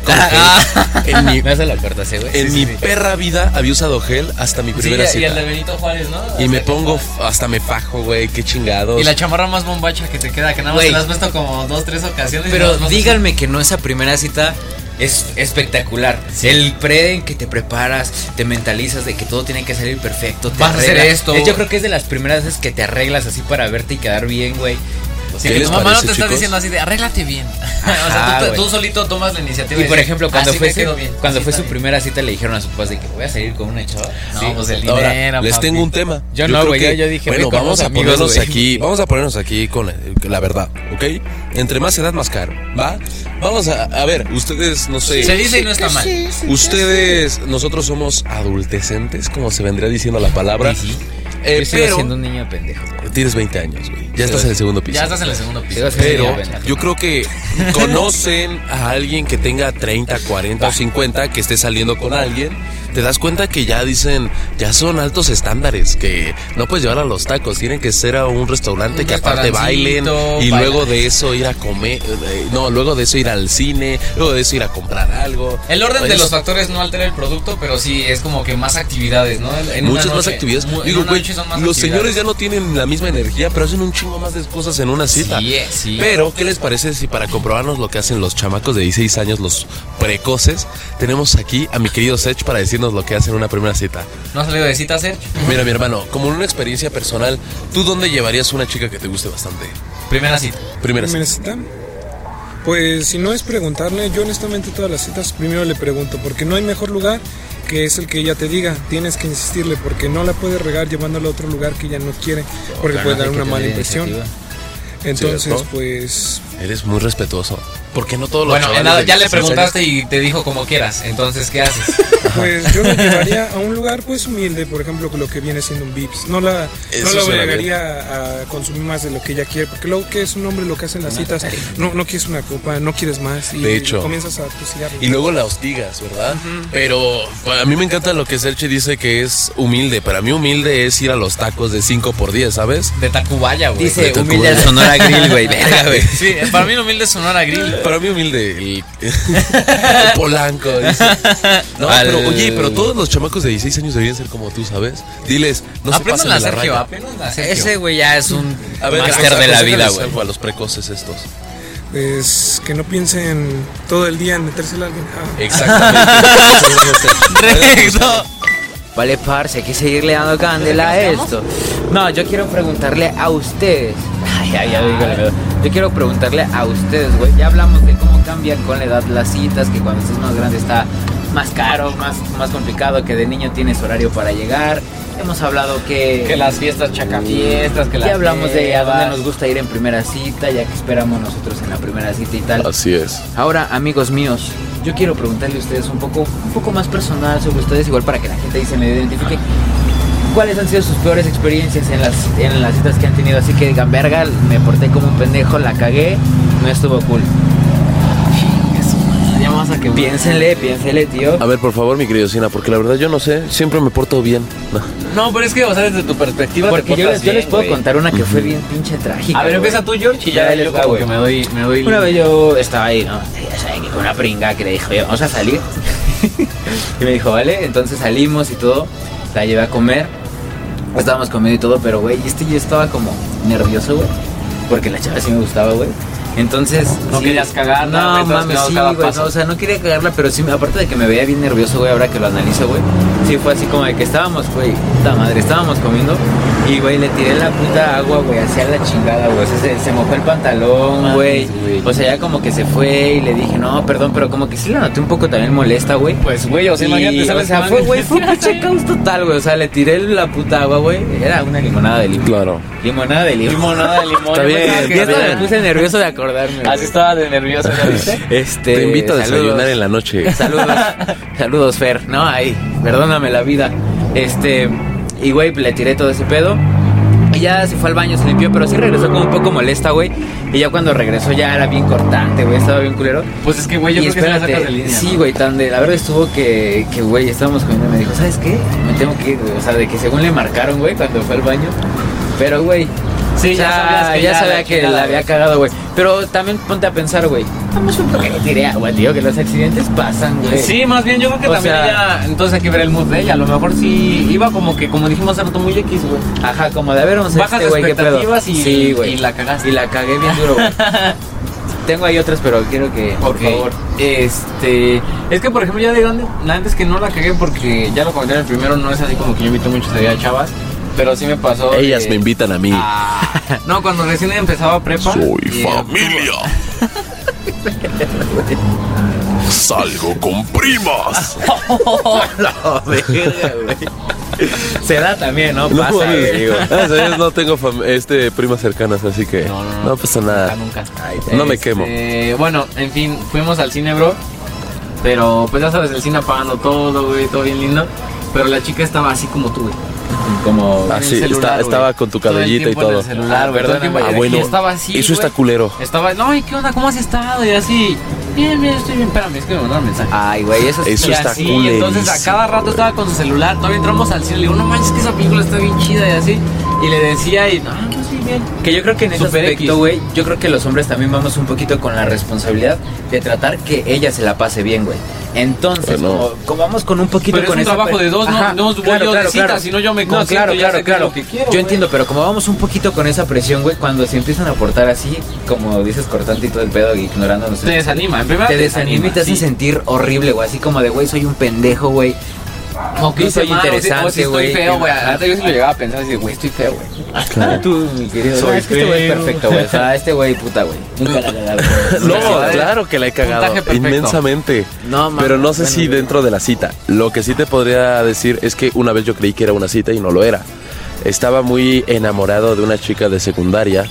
Speaker 3: Como que En mi,
Speaker 2: No se la corta ese, güey.
Speaker 3: en mi perra vida había usado gel hasta mi
Speaker 4: Sí,
Speaker 3: primera
Speaker 4: y el
Speaker 3: cita.
Speaker 4: de Benito Juárez, ¿no?
Speaker 3: Y me pongo, f- hasta me fajo, güey, qué chingados.
Speaker 4: Y la chamarra más bombacha que te queda, que nada más
Speaker 2: Güey.
Speaker 4: te la has puesto como dos, tres ocasiones. y
Speaker 2: Pero
Speaker 4: nada más-
Speaker 2: díganme que no esa primera cita es espectacular. El pre en que te preparas, te mentalizas de que todo tiene que salir perfecto, te
Speaker 4: Vas a hacer
Speaker 2: arreglas.
Speaker 4: esto.
Speaker 2: Eh, Yo creo que es de las primeras veces que te arreglas así para verte y quedar bien, güey. O
Speaker 4: Sí,
Speaker 2: sea,
Speaker 3: ¿Qué
Speaker 4: que
Speaker 2: que
Speaker 3: les
Speaker 4: tu
Speaker 2: no-
Speaker 4: mamá no
Speaker 3: parece,
Speaker 4: te está
Speaker 3: chicos?
Speaker 4: diciendo así de arréglate bien. o
Speaker 2: Ajá,
Speaker 4: sea, tú, te-
Speaker 2: güey.
Speaker 4: tú solito tomas la iniciativa.
Speaker 2: y por
Speaker 4: dices,
Speaker 2: ejemplo, cuando
Speaker 4: "Así
Speaker 2: fue
Speaker 4: me
Speaker 2: su,
Speaker 4: quedo bien,
Speaker 2: cuando
Speaker 4: así
Speaker 2: fue su
Speaker 4: está bien".
Speaker 2: primera cita le dijeron a sus papás de que voy a salir con una chava.
Speaker 4: No, pues el dinero.
Speaker 3: Ahora, les
Speaker 4: papi.
Speaker 3: tengo un tema.
Speaker 2: Yo no,
Speaker 3: creo
Speaker 2: güey,
Speaker 3: que-
Speaker 2: yo- yo dije,
Speaker 3: bueno,
Speaker 2: voy con
Speaker 3: vamos
Speaker 2: los
Speaker 3: a
Speaker 2: amigos,
Speaker 3: ponernos
Speaker 2: güey.
Speaker 3: aquí, vamos a ponernos aquí con eh, la verdad, ¿ok? Entre más edad, más caro, ¿va? Vamos a, a ver, ustedes, no sé.
Speaker 4: Se dice y no está mal.
Speaker 3: Ustedes, nosotros somos adultecentes, como se vendría diciendo la palabra.
Speaker 2: Sí, sí.
Speaker 3: Eh,
Speaker 2: Yo sigo
Speaker 3: pero
Speaker 2: siendo un niño pendejo.
Speaker 3: tienes 20 años, güey. Ya estás en el segundo piso.
Speaker 4: Ya estás en el segundo piso.
Speaker 2: Sigo siendo un
Speaker 3: Pero
Speaker 2: niño pendejo.
Speaker 3: yo creo que conocen a alguien que tenga 30, 40 o 50, que esté saliendo con alguien. Te das cuenta que ya dicen, ya son altos estándares, que no puedes llevar a los tacos, tienen que ser a un restaurante
Speaker 4: Un
Speaker 3: que aparte bailen
Speaker 4: restaurancito,
Speaker 3: y
Speaker 4: bailan.
Speaker 3: luego de eso ir a comer, eh, no, luego de eso ir al cine, luego de eso ir a comprar algo. Pues,
Speaker 4: El orden de
Speaker 3: Es-
Speaker 4: los factores no altera el producto, pero sí es como que más actividades, ¿no? En una
Speaker 3: muchas más
Speaker 4: noche,
Speaker 3: actividades.
Speaker 4: mu- en
Speaker 3: Digo,
Speaker 4: una
Speaker 3: güey,
Speaker 4: noche son más
Speaker 3: los señores
Speaker 4: actividades.
Speaker 3: ya no tienen la misma energía, pero hacen un chingo más de cosas en una cita.
Speaker 4: Sí, eh, sí.
Speaker 3: Pero, ¿qué les parece si para comprobarnos lo que hacen los chamacos de 16 años, los precoces, tenemos aquí a mi querido Sech para decirnos lo que hacen en una primera cita?
Speaker 4: ¿No has salido de cita, Sergio?
Speaker 3: Mira, mi hermano, como una experiencia personal, ¿tú dónde llevarías una chica que te guste bastante?
Speaker 4: Primera cita.
Speaker 3: Primera
Speaker 5: ¿Me
Speaker 3: cita.
Speaker 5: necesitan? Pues si no es preguntarle, yo honestamente todas las citas primero le pregunto, porque no hay mejor lugar que es el que ella te diga. Tienes que insistirle porque no la puedes regar llevándola a otro lugar que ella no quiere, porque
Speaker 2: Ojalá
Speaker 5: puede
Speaker 2: hay
Speaker 5: dar
Speaker 2: que
Speaker 5: una mala
Speaker 2: tener
Speaker 5: impresión.
Speaker 2: iniciativa.
Speaker 5: Entonces,
Speaker 3: Cierto.
Speaker 5: pues
Speaker 3: Eres muy respetuoso. Porque no todos los
Speaker 4: Bueno,
Speaker 3: chavales
Speaker 4: nada,
Speaker 3: de
Speaker 4: ya le
Speaker 3: 16 años-
Speaker 4: preguntaste y te dijo como quieras. Entonces, ¿qué haces?
Speaker 5: Pues yo la llevaría a un lugar pues humilde, por ejemplo, lo que viene siendo un Vips. No la,
Speaker 3: Eso
Speaker 5: no la
Speaker 3: suena
Speaker 5: obligaría a consumir más de lo que ella quiere, porque luego que es un hombre lo que hacen las citas, no, no quieres una copa, no quieres más y
Speaker 3: De hecho.
Speaker 5: comienzas a fusilar.
Speaker 3: Y luego la hostigas, ¿verdad? Pero a mí me encanta lo que Sergio dice que es humilde. Para mí humilde es ir a los tacos de 5 por 10, ¿sabes?
Speaker 4: De Tacubaya, güey.
Speaker 2: Dice
Speaker 3: Vete al
Speaker 2: humilde al
Speaker 3: cubo.
Speaker 2: Sonora Grill, güey. Verga, güey.
Speaker 4: Sí, eh, para mí lo humilde es Sonora Grill.
Speaker 3: Para mí humilde el, el polanco. dice. No,
Speaker 2: Al-
Speaker 3: pero oye, pero todos los chamacos de 16 años deberían ser como tú, ¿sabes? Diles, no se pasen
Speaker 4: aprendan
Speaker 3: de
Speaker 4: a
Speaker 3: la
Speaker 4: Sergio,
Speaker 3: raya.
Speaker 4: aprendan a Sergio.
Speaker 2: Ese güey ya es un
Speaker 3: A ver,
Speaker 2: máster de la
Speaker 3: aconséjales
Speaker 2: vida, güey.
Speaker 3: algo A los precoces estos.
Speaker 5: Pues que no piensen todo el día en metérsela a alguien. Ah,
Speaker 3: Exactamente.
Speaker 2: Vale, parce, hay que seguirle dando candela a esto. No, yo quiero preguntarle a ustedes. Ay, ay, ay, digo la verdad. Yo quiero preguntarle a ustedes, güey. Ya hablamos de cómo cambian con la edad las citas, que cuando estás más grande está más caro, más, más complicado, que de niño tienes horario para llegar. Hemos hablado que...
Speaker 4: Que las fiestas chacafiestas, que las
Speaker 2: ya hablamos de a
Speaker 4: fiestas.
Speaker 2: dónde nos gusta ir en primera cita, ya que esperamos nosotros en la primera cita y tal.
Speaker 3: Así es.
Speaker 2: Ahora, amigos míos, yo quiero preguntarle a ustedes un poco, un poco más personal sobre ustedes, igual para que la gente ahí se me identifique. ¿Cuáles han sido sus peores experiencias en las, en las citas que han tenido? Así que digan, verga, me porté como un pendejo, la cagué, no estuvo cool. Ya vamos a que piénsenle, piénsenle, tío.
Speaker 3: A ver, por favor, mi querido Sina, porque la verdad yo no sé, siempre me porto bien. No.
Speaker 4: No, pero es que, o sea, desde tu perspectiva. te
Speaker 2: Porque yo
Speaker 4: portas
Speaker 2: les, yo les
Speaker 4: bien,
Speaker 2: puedo
Speaker 4: güey.
Speaker 2: contar una que fue bien pinche trágica.
Speaker 4: A ver,
Speaker 2: güey.
Speaker 4: empieza tú, George, y ya,
Speaker 2: Ya,
Speaker 4: yo
Speaker 2: les va,
Speaker 4: como
Speaker 2: güey.
Speaker 4: que me doy. Me doy
Speaker 2: Una vez yo estaba ahí, ¿no? Ya saben que con una pringa que le dijo, "Oye, vamos a salir. y me dijo, vale, entonces salimos y todo. La llevé a comer. Estábamos comiendo y todo, pero güey, este yo estaba como nervioso, güey. Porque la chava sí me gustaba, güey. Entonces.
Speaker 4: No
Speaker 2: sí-
Speaker 4: querías cagarla,
Speaker 2: No,
Speaker 4: güey, te has
Speaker 2: mames,
Speaker 4: cagado
Speaker 2: sí,
Speaker 4: cada
Speaker 2: güey.
Speaker 4: paso.
Speaker 2: no, o sea, no quería cagarla, pero sí, me- aparte de que me veía bien nervioso, güey, ahora que lo analizo, güey. Sí, fue así como de que estábamos, güey, puta madre, estábamos comiendo. Y, güey, le tiré la puta agua, güey, hacia la chingada, güey. O sea, se, se mojó el pantalón,
Speaker 4: Mames,
Speaker 2: güey.
Speaker 4: güey.
Speaker 2: O sea, ya como que se fue y le dije, no, perdón, pero como que sí la noté un poco también molesta, güey.
Speaker 4: Pues, güey, o sea,
Speaker 2: Y,
Speaker 4: imagínate,
Speaker 2: o
Speaker 4: sales
Speaker 2: sea,
Speaker 4: con
Speaker 2: fue,
Speaker 4: alguien
Speaker 2: güey,
Speaker 4: que
Speaker 2: fue un
Speaker 4: sí
Speaker 2: pinche
Speaker 4: hace.
Speaker 2: caos total, güey. O sea, le tiré la puta agua, güey. Era una limonada de limón.
Speaker 3: Claro.
Speaker 2: Limonada de limón.
Speaker 4: Limonada de limón.
Speaker 3: Está
Speaker 4: Yo
Speaker 3: bien,
Speaker 4: pensaba que
Speaker 2: Y esto
Speaker 4: era-
Speaker 2: me puse nervioso de acordarme.
Speaker 4: Así
Speaker 2: güey.
Speaker 4: estaba de nervioso, ¿ya viste?
Speaker 2: Este,
Speaker 3: Te invito a
Speaker 2: saludos.
Speaker 3: desayunar en la noche.
Speaker 2: Saludos, saludos Fer, no, ahí, perdóname la vida. Este, y güey, le tiré todo ese pedo. Y ya se fue al baño, se limpió, pero sí regresó como un poco molesta, güey. Y ya cuando regresó ya era bien cortante, güey, estaba bien culero.
Speaker 4: Pues es que, güey, yo
Speaker 2: y
Speaker 4: creo que se la
Speaker 2: espérate,
Speaker 4: sacas de línea.
Speaker 2: sí,
Speaker 4: ¿no?
Speaker 2: güey, tan de, la verdad estuvo que, que, güey, estábamos comiendo y me dijo, ¿sabes qué? Me tengo que ir, güey". o sea, de que según le marcaron, güey, cuando fue al baño. Pero, güey,
Speaker 4: Sí, ya sabías que
Speaker 2: ya
Speaker 4: ya
Speaker 2: sabía
Speaker 4: la
Speaker 2: que
Speaker 4: chingada,
Speaker 2: la había
Speaker 4: güey.
Speaker 2: cagado, güey. Pero también ponte a pensar, güey, vamos un poco que tiré agua, tío, que los accidentes pasan, güey.
Speaker 4: Sí, más bien yo creo que
Speaker 2: O
Speaker 4: también
Speaker 2: sea-
Speaker 4: ella, entonces hay que ver el mood de ella, a lo mejor sí iba como que, como dijimos hace rato, muy X, güey.
Speaker 2: Ajá, como de a ver, vamos a
Speaker 4: Bajas
Speaker 2: este güey, qué pedo.
Speaker 4: expectativas y-
Speaker 2: sí, güey.
Speaker 4: y la cagaste.
Speaker 2: Y la cagué bien duro, güey. Tengo ahí otras, pero quiero que, por
Speaker 4: Ok.
Speaker 2: favor.
Speaker 4: Este, es que por ejemplo ya de grande, la antes que no la cagué porque ya lo comenté en el primero, no es así como que yo invito mucho a chavas, pero sí me pasó.
Speaker 3: Ellas
Speaker 4: eh,
Speaker 3: me invitan a mí.
Speaker 4: Ah, no, cuando recién empezaba prepa.
Speaker 1: Soy
Speaker 4: eh,
Speaker 1: familia. Salgo con primas.
Speaker 2: Se da también, ¿no?
Speaker 3: No, Ah,
Speaker 2: Pasa,
Speaker 3: mames.
Speaker 2: güey, digo.
Speaker 3: Gracias a Dios no tengo fam- este, primas cercanas, así que
Speaker 4: No,
Speaker 3: no,
Speaker 4: no, no.
Speaker 3: pasa nada.
Speaker 4: Nunca, nunca.
Speaker 3: No me
Speaker 4: Este,
Speaker 3: quemo.
Speaker 4: Bueno, en fin, fuimos al cine, bro. Pero pues ya sabes, el cine apagando todo, güey, todo bien lindo. Pero la chica estaba así como tú, güey.
Speaker 2: Como.
Speaker 4: en
Speaker 3: Ah,
Speaker 4: el
Speaker 3: sí,
Speaker 4: celular,
Speaker 3: está-
Speaker 4: güey.
Speaker 3: estaba con tu
Speaker 4: Todo el
Speaker 3: cabellito y
Speaker 4: tiempo en
Speaker 3: todo.
Speaker 4: el celular,
Speaker 2: Ah,
Speaker 4: güey, todo el tiempo-
Speaker 2: perdóname.
Speaker 3: Ah,
Speaker 4: y
Speaker 3: bueno,
Speaker 4: estaba así,
Speaker 3: eso está
Speaker 4: güey.
Speaker 3: culero.
Speaker 4: Estaba, no, ¿y qué onda? ¿Cómo has estado? Y así, bien, bien, estoy bien. Espérame, es que me mandaron mensaje.
Speaker 2: Ay, güey, eso sí.
Speaker 3: Eso
Speaker 4: y
Speaker 3: está
Speaker 4: así,
Speaker 3: culerísimo,
Speaker 4: entonces a cada rato
Speaker 3: güey.
Speaker 4: estaba con su celular, todavía entramos al cine, le digo, no manches, que esa película está bien chida y así, y le decía, y, ah, no, sí, bien.
Speaker 2: Que yo creo que en ese
Speaker 4: Super
Speaker 2: aspecto,
Speaker 4: X.
Speaker 2: güey, yo creo que los hombres también vamos un poquito con la responsabilidad de tratar que ella se la pase bien, güey. Entonces,
Speaker 3: Bueno.
Speaker 2: como, como vamos con un poquito
Speaker 4: Pero es
Speaker 2: con
Speaker 4: un
Speaker 2: esa
Speaker 4: trabajo
Speaker 2: pe-
Speaker 4: de dos, ¿no? No voy yo de citas, si no yo me consiento,
Speaker 2: claro,
Speaker 4: ya
Speaker 2: claro,
Speaker 4: sé qué es
Speaker 2: claro.
Speaker 4: lo que quiero,
Speaker 2: yo
Speaker 4: güey.
Speaker 2: entiendo, pero como vamos un poquito con esa presión, güey, cuando se empiezan a portar así, como dices, cortante y todo el pedo, ignorándonos.
Speaker 4: Te desanima, en primera
Speaker 2: te desanima y te hace
Speaker 4: sí.
Speaker 2: sentir horrible, güey. Así como de, güey, soy un pendejo, güey. No, que
Speaker 4: No
Speaker 2: soy
Speaker 4: mal, o si- o si
Speaker 2: interesante, güey.
Speaker 4: Estoy feo, güey. Antes yo sí lo llegaba a pensar así, güey, estoy feo, güey. Tú, mi querido.
Speaker 6: Soy
Speaker 4: güey, es que este güey es
Speaker 6: feo.
Speaker 4: perfecto, güey. O sea, este güey, puta, güey. Nunca la cagaba.
Speaker 3: No, claro que la he cagado
Speaker 4: Puntaje perfecto.
Speaker 3: inmensamente.
Speaker 4: No, mames,
Speaker 3: pero no sé
Speaker 4: bueno,
Speaker 3: si
Speaker 4: bueno.
Speaker 3: dentro de la cita. Lo que sí te podría decir es que una vez yo creí que era una cita y no lo era. Estaba muy enamorado de una chica de secundaria.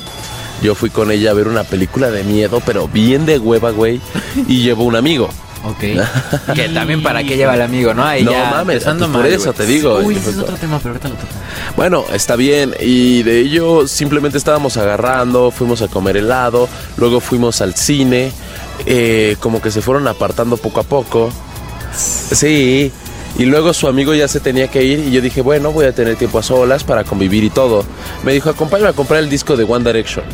Speaker 3: Yo fui con ella a ver una película de miedo, pero bien de hueva, güey. Y llevó un amigo.
Speaker 2: Ok. que también para qué lleva el amigo, ¿no? Ahí
Speaker 3: no
Speaker 2: ya
Speaker 3: mames,
Speaker 2: empezando
Speaker 3: pues por
Speaker 2: mal,
Speaker 3: eso
Speaker 2: güey.
Speaker 3: te digo.
Speaker 4: Uy,
Speaker 3: Yo
Speaker 4: ese es
Speaker 3: fui-
Speaker 4: otro tema, pero ahorita lo tocamos.
Speaker 3: Bueno, está bien. Y de ello simplemente estábamos agarrando, fuimos a comer helado, luego fuimos al cine, eh, como que se fueron apartando poco a poco. Sí. Y luego su amigo ya se tenía que ir y yo dije, bueno, voy a tener tiempo a solas para convivir y todo. Me dijo, acompáñame a comprar el disco de One Direction.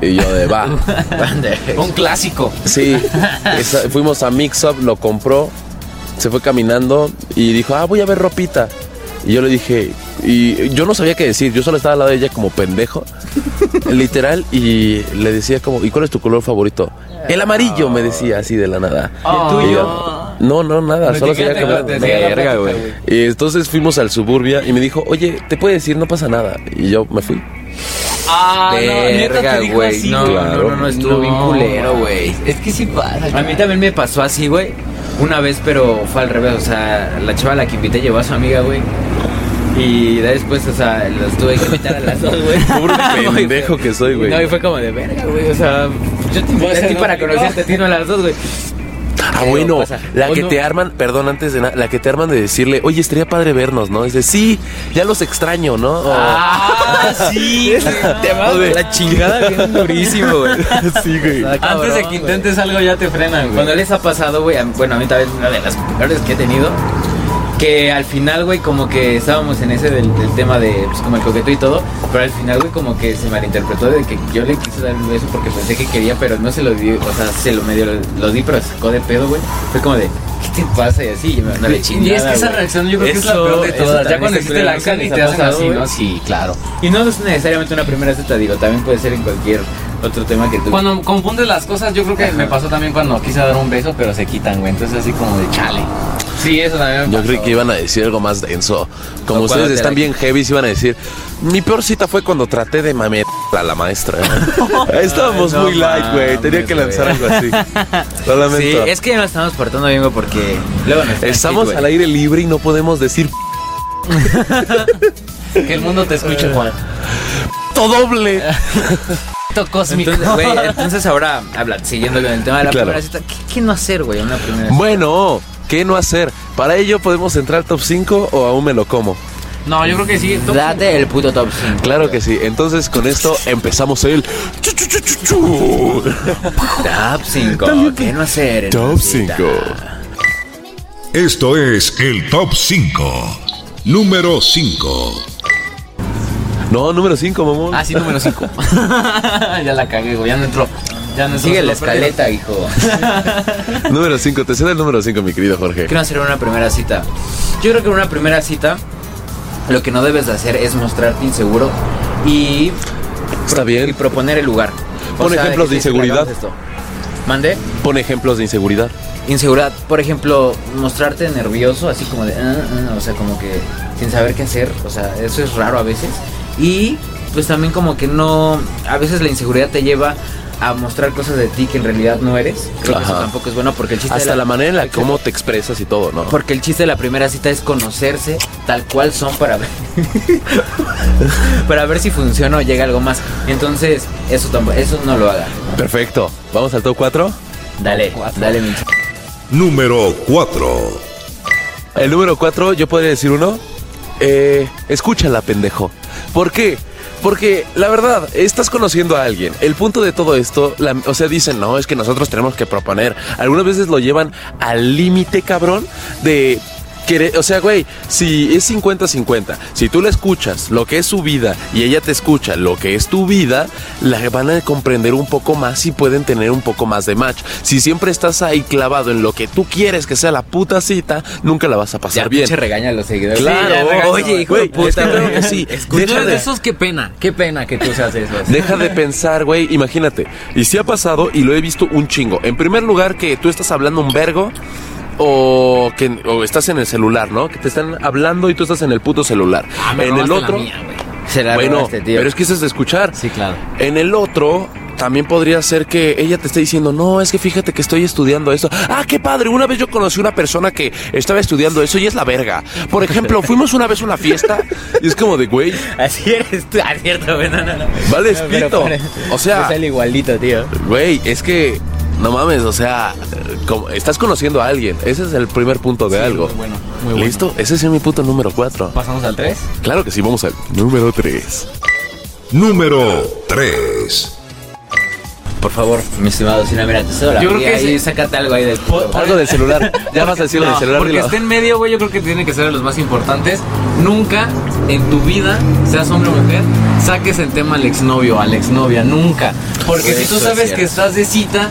Speaker 3: Y yo de va.
Speaker 4: Un clásico.
Speaker 3: Sí, esa- fuimos a Mix Up, lo compró, se fue caminando y dijo, ah, voy a ver ropita. Y yo le dije, y yo no sabía qué decir, yo solo estaba al lado de ella como pendejo, literal, y le decía como, ¿y cuál es tu color favorito? El amarillo, me decía así de la nada. Y yo, no, no, nada, solo quería
Speaker 4: etiqueta,
Speaker 3: comer.
Speaker 4: te decía la
Speaker 3: Verga, güey.
Speaker 4: plática,
Speaker 3: Y entonces fuimos al suburbia y me dijo, oye, te puedes decir, no pasa nada. Y yo me fui.
Speaker 6: Ah,
Speaker 2: Verga, güey. No,
Speaker 3: claro.
Speaker 2: no, no, no, estuvo bien culero, güey.
Speaker 6: Es que sí pasa.
Speaker 2: A mí también me pasó así, güey. Una vez, pero fue al revés. O sea, la chava a la que invité llevó a su amiga, güey. Y después, o sea, los tuve que invitar a las dos, güey.
Speaker 3: Pobre pendejo que soy, güey.
Speaker 2: No, y fue como de verga, güey. O sea, yo te invité a ti para conocerte, a ti no a las dos, güey.
Speaker 3: Ah,
Speaker 2: Pero
Speaker 3: bueno,
Speaker 2: pasa.
Speaker 3: la
Speaker 2: O
Speaker 3: que
Speaker 2: no.
Speaker 3: te arman, perdón, antes de nada, la que te arman de decirle, oye, estaría padre vernos, ¿no? Dice, sí, ya los extraño, ¿no? O-
Speaker 2: Ah, sí, te vas de la chingada bien durísimo, güey.
Speaker 3: sí, güey.
Speaker 4: Antes de que intentes algo, ya te frenan, güey.
Speaker 2: Cuando les ha pasado, güey, a mí- bueno, a mí también es una de las peores que he tenido. Que al final, güey, como que estábamos en ese del, del tema de, pues, como el coqueto y todo. Pero al final, güey, como que se malinterpretó de que yo le quise dar un beso porque pensé que quería, pero no se lo di, o sea, se lo medio lo, lo di, pero se sacó de pedo, güey. Fue como de, ¿qué te pasa? Y así, y me mandó a la chingada.
Speaker 4: Y es que esa
Speaker 2: güey.
Speaker 4: reacción yo creo que es la
Speaker 2: Eso-
Speaker 4: peor de
Speaker 2: eso
Speaker 4: todas. Ya
Speaker 2: también
Speaker 4: cuando
Speaker 2: es
Speaker 4: hiciste la
Speaker 2: culero, ¿nunca
Speaker 4: acción y
Speaker 2: les
Speaker 4: te
Speaker 2: ha
Speaker 4: hacen
Speaker 2: pasado,
Speaker 4: así,
Speaker 2: güey?
Speaker 4: ¿no? Sí, claro.
Speaker 2: Y no es necesariamente una primera cita, digo, también puede ser en cualquier otro tema que tú.
Speaker 4: Cuando confundes las cosas, yo creo que me pasó también cuando quise dar un beso, pero se quitan, güey. Entonces, así como de chale. Sí, eso también me
Speaker 3: Yo
Speaker 4: pasó.
Speaker 3: creí que iban a decir algo más denso. Como
Speaker 2: O cuando
Speaker 3: ustedes
Speaker 2: te
Speaker 3: están
Speaker 2: la-
Speaker 3: bien heavy, se iban a decir, mi peor cita fue cuando traté de mamear a la maestra. Estábamos
Speaker 2: no
Speaker 3: muy light, güey.
Speaker 2: mames,
Speaker 3: Tenía que lanzar algo así. Lo
Speaker 2: Sí,
Speaker 3: lamento.
Speaker 2: es que no estamos portando bien, güey, porque luego nos
Speaker 3: Estamos
Speaker 2: güey.
Speaker 3: al aire libre y no podemos decir
Speaker 4: Que el mundo te escuche, Juan.
Speaker 3: "P***o doble.
Speaker 4: Esto cósmico.
Speaker 2: Entonces, güey, entonces ahora, habla, siguiendo con el tema de la
Speaker 3: Claro.
Speaker 2: primera cita, ¿qué, qué no hacer, güey, en una primera cita?
Speaker 3: Bueno, ¿qué no hacer? Para ello podemos entrar top 5 o aún me lo como.
Speaker 4: No, yo creo que sí. Tú-
Speaker 2: Date el puto top 5.
Speaker 3: Claro que sí. Entonces con esto empezamos el
Speaker 2: Top 5. ¿Qué no hacer? en
Speaker 3: Top
Speaker 2: una cita?
Speaker 3: 5.
Speaker 1: Esto es el top 5. Número 5.
Speaker 3: No, número 5, mamón.
Speaker 4: Ah, sí, número 5. ya la cagué, güey. Ya no entró. Ya no entró.
Speaker 2: Sigue la
Speaker 4: Lo perdí.
Speaker 2: escaleta, hijo.
Speaker 3: Número 5, te cedo el número 5, mi querido Jorge.
Speaker 2: ¿Qué no hacer en una primera cita? Yo creo que en una primera cita, lo que no debes de hacer es mostrarte inseguro y
Speaker 3: Está
Speaker 2: y
Speaker 3: bien.
Speaker 2: proponer el lugar.
Speaker 3: Pon ejemplos de
Speaker 2: que te dice,
Speaker 3: inseguridad.
Speaker 2: "Hagamos esto". ¿Mandé?
Speaker 3: Pon ejemplos de inseguridad.
Speaker 2: Inseguridad, por ejemplo, mostrarte nervioso, así como de, "Ah, ah", o sea, como que sin saber qué hacer, o sea, eso es raro a veces. Y pues también como que no, a veces la inseguridad te lleva a mostrar cosas de ti que en realidad no eres. Creo que eso
Speaker 3: Ajá.
Speaker 2: tampoco es bueno porque el chiste de
Speaker 3: Hasta la manera en la cómo te expresas y todo, ¿no?
Speaker 2: porque el chiste de la primera cita es conocerse tal cual son para ver. para ver si funciona o llega algo más. Entonces, eso tampoco, eso no lo haga.
Speaker 3: Perfecto. Vamos al top 4.
Speaker 2: Dale, dale, mi
Speaker 1: Número 4.
Speaker 3: El número 4, yo podría decir uno. Eh, escúchala, pendejo. ¿Por qué? Porque la verdad, estás conociendo a alguien. El punto de todo esto, la- o sea, dicen, no, es que nosotros tenemos que proponer. Algunas veces lo llevan al límite, cabrón, de... querer- O sea, güey, si es 50-50, si tú la escuchas lo que es su vida y ella te escucha lo que es tu vida, la van a comprender un poco más y pueden tener un poco más de match. Si siempre estás ahí clavado en lo que tú quieres que sea la puta cita, nunca la vas a pasar
Speaker 2: Ya
Speaker 3: bien.
Speaker 2: pinche regaña a los seguidores.
Speaker 3: Claro,
Speaker 2: Sí, ya regañó,
Speaker 3: oye, hijo de puta, claro que sí.
Speaker 4: Tú
Speaker 3: Deja
Speaker 4: eres de
Speaker 3: de,
Speaker 4: esos, qué pena. Qué pena que tú seas de esos.
Speaker 3: deja de pensar, güey, imagínate. Y si ha pasado y lo he visto un chingo. En primer lugar, que tú estás hablando un vergo. o que o estás en el celular, ¿no? Que te están hablando y tú estás en el puto celular.
Speaker 4: Ah, me
Speaker 3: en el
Speaker 4: robaste la
Speaker 3: otro.
Speaker 4: mía, güey.
Speaker 2: Se la
Speaker 3: bueno,
Speaker 2: robaste, este tío.
Speaker 3: pero es que eso es de escuchar.
Speaker 2: Sí, claro.
Speaker 3: En el otro también podría ser que ella te esté diciendo, no, es que fíjate que estoy estudiando esto. Ah, qué padre, una vez yo conocí una persona que estaba estudiando eso y es la verga. Por ejemplo, fuimos una vez a una fiesta y es como de, güey,
Speaker 2: Así eres tú. Ah, cierto, güey. No, no, no.
Speaker 3: Vale,
Speaker 2: No, pero
Speaker 3: pito.
Speaker 2: pare-
Speaker 3: O sea-
Speaker 2: me sale igualito, tío.
Speaker 3: güey, es que... No mames, o sea, como- estás conociendo a alguien. Ese es el primer punto de algo.
Speaker 4: muy bueno, muy bueno.
Speaker 3: ¿Listo? Ese es mi punto número 4.
Speaker 4: Pasamos al 3.
Speaker 3: Claro que sí, vamos al número 3.
Speaker 1: Número 3.
Speaker 2: Por favor, mi estimado Sinamera, te cedo la
Speaker 4: Yo creo
Speaker 2: y
Speaker 4: que
Speaker 2: ahí
Speaker 4: sí.
Speaker 2: sácate algo ahí del puto.
Speaker 3: Algo del celular. Ya vas a decir lo del celular.
Speaker 4: Porque
Speaker 3: dilo.
Speaker 4: esté en medio, güey, yo creo que tiene que ser de los más importantes. Nunca en tu vida, seas hombre o mujer, saques el tema al exnovio, a la exnovia, nunca. Porque si
Speaker 2: Eso
Speaker 4: tú
Speaker 2: es
Speaker 4: sabes
Speaker 2: cierto.
Speaker 4: que estás de cita,